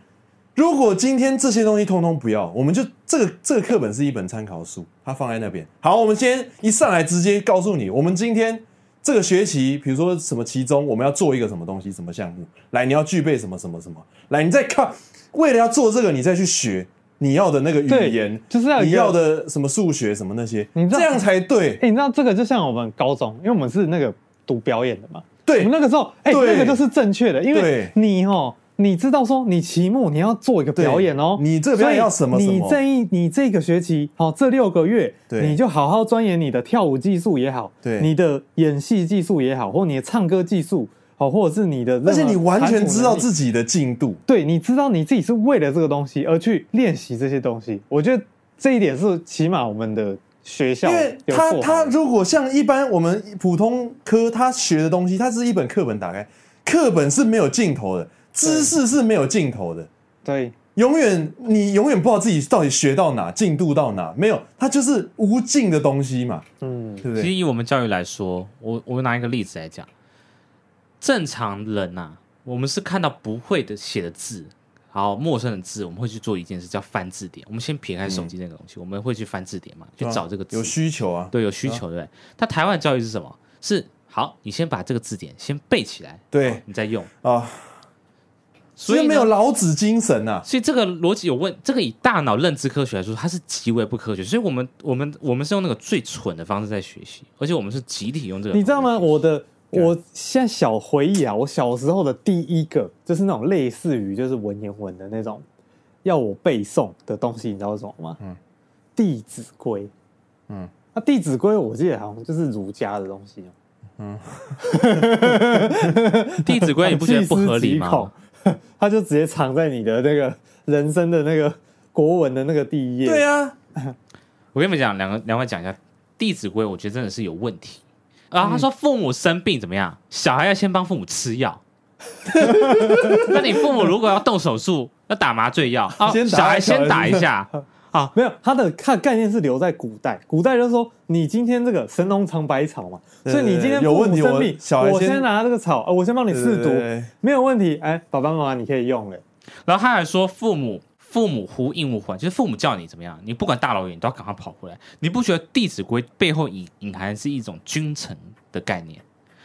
Speaker 5: 如果今天这些东西通通不要，我们就这个这个课本是一本参考书，它放在那边。好，我们先一上来直接告诉你，我们今天这个学期，比如说什么期中，我们要做一个什么东西，什么项目，来，你要具备什么什么什么，来，你再看，为了要做这个，你再去学你要的那个
Speaker 4: 对
Speaker 5: 语言，
Speaker 4: 就是要有一个
Speaker 5: 你要的什么数学什么那些，
Speaker 4: 你知道
Speaker 5: 这样才对。
Speaker 4: 哎、你知道这个就像我们高中，因为我们是那个读表演的嘛，
Speaker 5: 对
Speaker 4: 我们那个时候，哎、
Speaker 5: 对
Speaker 4: 那个就是正确的，因为
Speaker 5: 对
Speaker 4: 你哦，你知道说你期末你要做一个表演哦，
Speaker 5: 对你这个表演要什么
Speaker 4: 所以
Speaker 5: 什
Speaker 4: 你
Speaker 5: 么
Speaker 4: 这一你这个学期好、这六个月，
Speaker 5: 对
Speaker 4: 你就好好钻研你的跳舞技术也好，
Speaker 5: 对
Speaker 4: 你的演戏技术也好，或你的唱歌技术，好、或者是你的任何
Speaker 5: 而且你完全知道
Speaker 4: 己。
Speaker 5: 自己的进度，
Speaker 4: 对，你知道你自己是为了这个东西而去练习这些东西，我觉得这一点是起码我们的学校
Speaker 5: 因为
Speaker 4: 有
Speaker 5: 他
Speaker 4: 做好
Speaker 5: 他
Speaker 4: 的
Speaker 5: 如果像一般我们普通科他学的东西，它是一本课本打开，课本是没有尽头的，知识是没有尽头的，
Speaker 4: 对
Speaker 5: 永远你永远不知道自己到底学到哪，进度到哪，没有，它就是无尽的东西嘛，
Speaker 4: 嗯
Speaker 5: 对不
Speaker 6: 其实
Speaker 5: 对？
Speaker 6: 以我们教育来说，我我拿一个例子来讲，正常人呐、啊我们是看到不会的写的字，好陌生的字，我们会去做一件事叫翻字典。我们先撇开手机那个东西，我们会去翻字典嘛，去
Speaker 5: 对啊
Speaker 6: 找这个字，
Speaker 5: 有需求啊，
Speaker 6: 对有需求，对不对？但台湾的教育是什么？是好，你先把这个字典先背起来，
Speaker 5: 对
Speaker 6: 你再用。
Speaker 5: 啊，
Speaker 6: 所以
Speaker 5: 没
Speaker 6: 呢
Speaker 5: 有老子精神啊呐、
Speaker 6: 所以这个逻辑有问，这个以大脑认知科学来说，它是极为不科学。所以我们我们我们是用那个最蠢的方式在学习，而且我们是集体用这个。
Speaker 4: 你知道吗？？我的
Speaker 5: 对
Speaker 4: 我现在小回忆啊，我小时候的第一个就是那种类似于就是文言文的那种要我背诵的东西，你知道是什么吗？嗯，《弟子规》。嗯
Speaker 5: 嗯，
Speaker 4: 那、弟子规》我记得好像就是儒家的东西哦、
Speaker 6: 《弟子规》你不觉得不 合理吗？？
Speaker 4: 啊他就直接藏在你的那个人生的那个国文的那个第一页。
Speaker 5: 对啊，
Speaker 6: 我跟你们讲，两个两位讲一下，《弟子规》我觉得真的是有问题。然后他说父母生病怎么样，小孩要先帮父母吃 药。那你父母如果要动手术，要打麻醉药啊，
Speaker 5: 先打
Speaker 6: 小孩先
Speaker 5: 小
Speaker 6: 打
Speaker 5: 孩
Speaker 6: 一下。
Speaker 4: 没有，它的看概念是留在古代，古代就是说你今天这个神农尝百草嘛，
Speaker 5: 对
Speaker 4: 所以你今天
Speaker 5: 对有
Speaker 4: 父
Speaker 5: 问
Speaker 4: 母
Speaker 5: 题
Speaker 4: 生
Speaker 5: 我
Speaker 4: 病，
Speaker 5: 小孩
Speaker 4: 我
Speaker 5: 先
Speaker 4: 先拿这个草，呃我先帮你试
Speaker 5: 对
Speaker 4: 毒
Speaker 5: 对对，
Speaker 4: 没有问题，哎，爸爸妈妈你可以用 了，
Speaker 6: 然后他还说父母父母呼应无还，就是父母叫你怎么样，你不管大老远你都要赶快跑回来。你不觉得《弟子规》背后隐隐含是一种君臣的概念？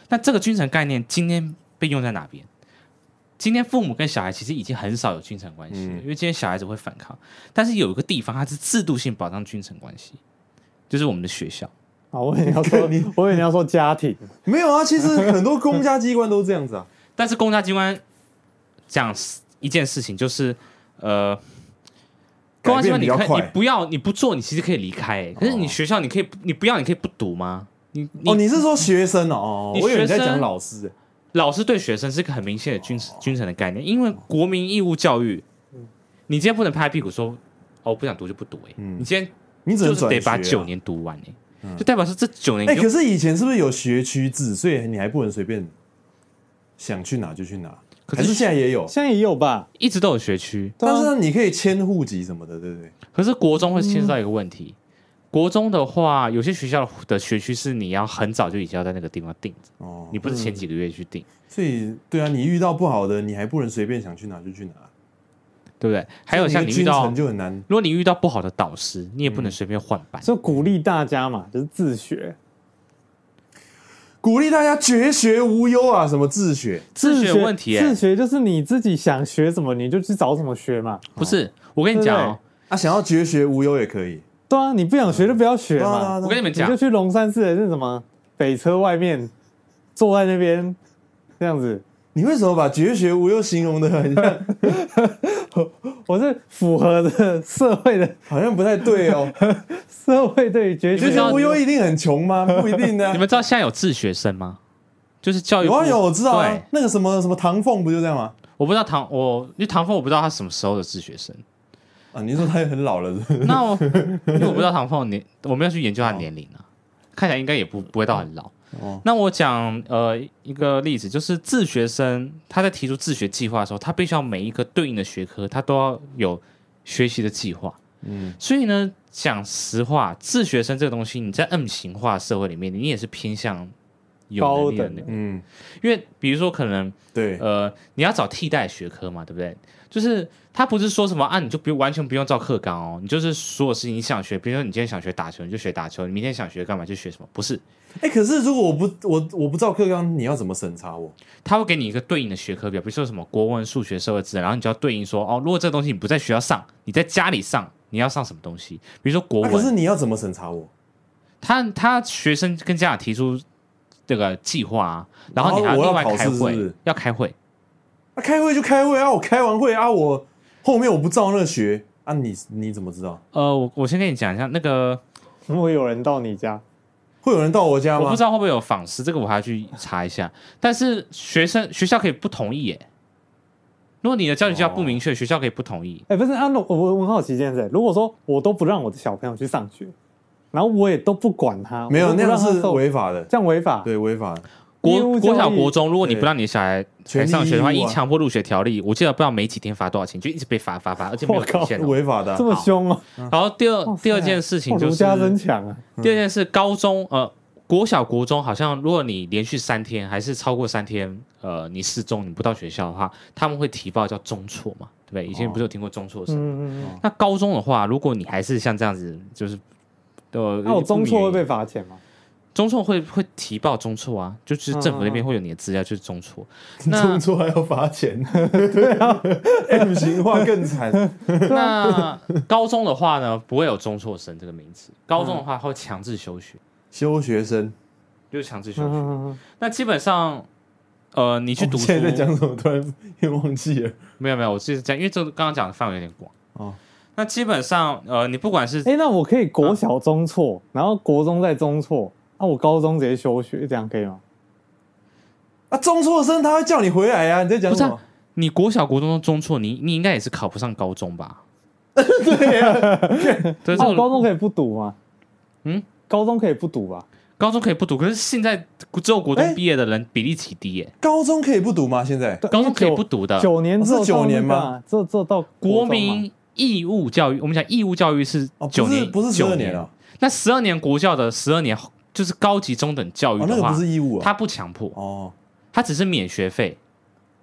Speaker 6: 那这个君臣概念今天被用在哪边？今天父母跟小孩其实已经很少有君臣关系了，
Speaker 5: 嗯
Speaker 6: 因为今天小孩子会反抗。但是有一个地方，它是制度性保障君臣关系，就是我们的学校。
Speaker 4: 啊，我以为你要说， 我以为你要说 家庭，
Speaker 5: 没有啊，其实很多公家机关都这样子啊，
Speaker 6: 但是公家机关讲一件事情，就是呃，公家机关你
Speaker 5: 改变
Speaker 6: 可
Speaker 5: 比较快
Speaker 6: 以你不要你不做，你其实可以离开、欸。可是你学校你可以不你不要，你可以不读吗？你 你,、
Speaker 5: 哦，你是说学生哦，哦
Speaker 6: 你
Speaker 5: 我以为你在
Speaker 6: 学生
Speaker 5: 讲老师、欸，
Speaker 6: 老师对学生是个很明显的君臣君臣的概念，因为国民义务教育，你今天不能拍屁股说哦我不想读就不读哎、欸
Speaker 5: 嗯
Speaker 6: 你今天
Speaker 5: 你只
Speaker 6: 就
Speaker 5: 能
Speaker 6: 是
Speaker 5: 转
Speaker 6: 得
Speaker 5: 学、啊。
Speaker 6: 把九年读完哎、欸就代表是这九年
Speaker 5: 哎、
Speaker 6: 你就
Speaker 5: 可是以前是不是有学区制，所以你还不能随便想去哪就去哪？
Speaker 6: 可是
Speaker 5: 还
Speaker 6: 啊
Speaker 5: 是现在也有，
Speaker 4: 现在也有吧？
Speaker 6: 一直都有学区，
Speaker 4: 对啊
Speaker 5: 但是你可以迁户籍什么的，对不对？
Speaker 6: 可是国中会牵涉到一个问题，国中的话，有些学校的学区是你要很早就已经要在那个地方定着，
Speaker 5: 哦
Speaker 6: 你，不是前几个月去定，
Speaker 5: 所以对啊，你遇到不好的，你还不能随便想去哪就去哪。
Speaker 6: 对不对？还有像你遇
Speaker 5: 君
Speaker 6: 到
Speaker 5: 臣，就很难，
Speaker 6: 如果你遇到不好的导师，你也不能随便换班。
Speaker 4: 就鼓励大家嘛，就是自学，
Speaker 5: 鼓励大家绝学无忧啊，什么自学，
Speaker 6: 自学问题、
Speaker 4: 自
Speaker 6: 欸，
Speaker 4: 学就是你自己想学什么你就去找什么学嘛，
Speaker 6: 不是？我跟你讲哦，
Speaker 5: 啊，想要绝学无忧也可以。
Speaker 4: 对啊，你不想学就不要学
Speaker 5: 对啊对
Speaker 4: 嘛
Speaker 5: 啊对，啊
Speaker 6: 我跟你们
Speaker 4: 你就
Speaker 6: 讲，
Speaker 4: 去龙山寺的是什么北车外面坐在那边这样子。
Speaker 5: 你为什么把绝学无忧形容的很 像，
Speaker 4: 我是符合的社会的
Speaker 5: 好像不太对 哦？
Speaker 4: 社会对于绝
Speaker 5: 绝
Speaker 4: 学
Speaker 5: 学无忧一定很穷吗？不一定的、
Speaker 6: 你
Speaker 5: 啊。
Speaker 6: 们知道现在有自学生吗？就是教育
Speaker 5: 有
Speaker 6: 部
Speaker 5: 啊有，我知道啊
Speaker 6: 对，，
Speaker 5: 那个什么什么唐凤不就这样吗？
Speaker 6: 我不知道唐我，因为唐凤我不知道他什么时候的自学生。
Speaker 5: 啊，你说他也很老了是不是？
Speaker 6: 那我因为我不知道唐凤年，我们要去研究他的年龄啊。看起来应该也不不会到很老。
Speaker 4: 哦
Speaker 6: 那我讲呃一个例子，就是自学生他在提出自学计划的时候，他必须要每一个对应的学科，他都要有学习的计划。嗯，所以呢，讲实话，自学生这个东西，你在 M 型化社会里面，你也是偏向有能力
Speaker 4: 高
Speaker 6: 的
Speaker 4: 等
Speaker 6: 那
Speaker 4: 的
Speaker 6: 个，
Speaker 5: 嗯，
Speaker 6: 因为比如说可能
Speaker 5: 对，
Speaker 6: 呃，你要找替代学科嘛，对不对？就是他不是说什么啊，你就不用完全不用照课纲哦，你就是所有事情你想学，比如说你今天想学打球，你就学打球；你明天想学干嘛就学什么，不是？
Speaker 5: 哎，可是如果我不我我不照课纲，你要怎么审查我？
Speaker 6: 他会给你一个对应的学科表，比如说什么国文、数学、社会自然，然后你就要对应说哦，如果这个东西你不在学校上，你在家里上，你要上什么东西？比如说国
Speaker 5: 啊
Speaker 6: 文，
Speaker 5: 可是你要怎么审查我？
Speaker 6: 他他学生跟家长提出这个计划、啊，然后你还
Speaker 5: 哦我要
Speaker 6: 另外
Speaker 5: 考试
Speaker 6: 开会，
Speaker 5: 是不是
Speaker 6: 要开会。
Speaker 5: 啊，开会就开会啊，我开完会啊，我后面我不照那学啊，你你怎么知道？
Speaker 6: 呃，我我先跟你讲一下那个
Speaker 4: 如果有人到你家，
Speaker 5: 会有人到我家
Speaker 6: 我
Speaker 5: 吗
Speaker 6: 不知？道会不会有仿师，这个我还要去查一下。但是学生学校可以不同意耶。如果你的教育计划不明确，学校可以不同意。
Speaker 4: 哎、不是啊，那我我我很好奇一件事，如果说我都不让我的小朋友去上学，然后我也都不管他，
Speaker 5: 没
Speaker 4: 我
Speaker 5: 有，
Speaker 4: 都不
Speaker 5: 那
Speaker 4: 让
Speaker 5: 样
Speaker 4: 他
Speaker 5: 是
Speaker 4: 受
Speaker 5: 违法的，
Speaker 4: 这样违法，
Speaker 5: 对，违法的。
Speaker 4: 义务教育
Speaker 6: 国国小国中，如果你不让你的小孩
Speaker 5: 权
Speaker 6: 来
Speaker 5: 利
Speaker 6: 上学的话，
Speaker 5: 义务
Speaker 6: 依
Speaker 5: 啊
Speaker 6: 强迫入学条例，我记得不知道没几天罚多少钱，就一直被 罚罚罚，而且没有
Speaker 4: 我靠
Speaker 6: 底线哦。
Speaker 5: 违法的啊、
Speaker 4: 这么凶啊！
Speaker 6: 然后第二
Speaker 4: 哇塞
Speaker 6: 第二件事情
Speaker 4: 哇
Speaker 6: 就
Speaker 4: 儒
Speaker 6: 是
Speaker 4: 家真强啊！
Speaker 6: 第二件事，高中呃国小国中好像，如果你连续三天还是超过三天，呃你失踪你不到学校的话，他们会提报叫中辍嘛，对不对？以前不是有听过中辍生？
Speaker 4: 嗯嗯嗯。
Speaker 6: 那高中的话，如果你还是像这样子，就是呃，
Speaker 4: 那我中辍会
Speaker 6: 不明原
Speaker 4: 被
Speaker 6: 因
Speaker 4: 罚钱吗？
Speaker 6: 中辍会会提报中辍啊，就是政府那边
Speaker 4: 嗯嗯嗯
Speaker 6: 会有你的资料，就是中辍。那
Speaker 5: 中错还要罚钱， 对啊，M 型化更惨。
Speaker 6: 那 高中的话呢，不会有中辍生这个名词。高中的话会强制休学，
Speaker 5: 休学生，
Speaker 6: 就是强制休
Speaker 4: 嗯哦
Speaker 6: 学。
Speaker 4: 嗯嗯
Speaker 6: 那基本上，呃，你去读书，
Speaker 5: 现在在讲什么？突然 又忘记了。
Speaker 6: 没有没有，我是讲，因为这个刚刚讲的范围有点广。
Speaker 5: 哦，
Speaker 6: 那基本上，呃，你不管是
Speaker 4: 哎、那我可以国小中辍，然后国中再中辍，那、我高中直接休学，这样可以吗？
Speaker 5: 啊，中错生他会叫你回来啊！你在讲
Speaker 6: 不是
Speaker 5: 什
Speaker 6: 啊
Speaker 5: 么？
Speaker 6: 你国小、国中都中辍，你你应该也是考不上高 中吧？ 对呀、对，
Speaker 4: 那、
Speaker 6: 这
Speaker 4: 我哦
Speaker 6: 个
Speaker 4: 啊高中可以不读吗？
Speaker 6: 嗯，
Speaker 4: 高中可以不读吧？
Speaker 6: 高中可以不读，可是现在只有国中毕业的人比例极低耶、
Speaker 5: 高中可以不读吗？现在
Speaker 4: 对
Speaker 6: 高中可以
Speaker 4: 因为
Speaker 6: 不
Speaker 4: 九
Speaker 6: 读的。
Speaker 4: 九年之后
Speaker 5: 哦是九年吗
Speaker 4: 这这到
Speaker 6: 国
Speaker 4: 中吗
Speaker 6: 民义务教育，我们讲义务教育是
Speaker 5: 哦，不
Speaker 6: 九
Speaker 5: 是
Speaker 6: 年，
Speaker 5: 不是十
Speaker 6: 九
Speaker 5: 二年啊了，
Speaker 6: 那十二年国教的十二年就是高级中等教育
Speaker 5: 哦，那个
Speaker 6: 的话，
Speaker 5: 不是义务啊。
Speaker 6: 他不强迫，
Speaker 5: 哦
Speaker 6: 他只是免学费。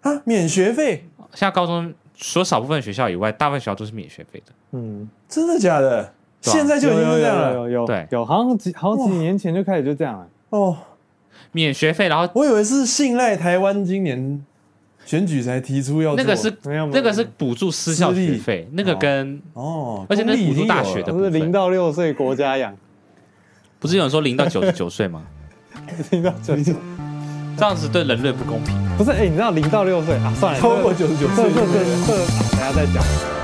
Speaker 5: 啊，免学费，
Speaker 6: 像高中除了少部分学校以外，大部分学校都是免学费的。
Speaker 4: 嗯，
Speaker 5: 真的假的？
Speaker 6: 对啊
Speaker 5: 现在就
Speaker 4: 有
Speaker 5: 已经
Speaker 4: 有
Speaker 5: 是这样
Speaker 4: 有
Speaker 5: 了
Speaker 4: 有有
Speaker 6: 对
Speaker 4: 有，好像几好几
Speaker 5: 哇
Speaker 4: 年前就开始就这样了。
Speaker 5: 哦。
Speaker 6: 免学费，然后
Speaker 5: 我以为是信赖台湾今年选举才提出要做
Speaker 6: 那个是
Speaker 4: 没有没有
Speaker 6: 那个是补助私校
Speaker 5: 私
Speaker 6: 学
Speaker 5: 立
Speaker 6: 费，那个跟
Speaker 5: 哦，
Speaker 6: 而且那
Speaker 5: 公立
Speaker 6: 补助
Speaker 5: 已经
Speaker 6: 大
Speaker 5: 有
Speaker 6: 学
Speaker 5: 了
Speaker 6: 的
Speaker 4: 不是
Speaker 6: 部分
Speaker 4: 零到六岁国家养，
Speaker 6: 不是有人说零到九十九岁 吗？
Speaker 4: 零到九岁
Speaker 6: 这样子对人类不公平。
Speaker 4: 不是哎、你知道零到六岁啊？算了，
Speaker 5: 超过九十九
Speaker 4: 这
Speaker 5: 岁
Speaker 4: 这这这，这等下再讲。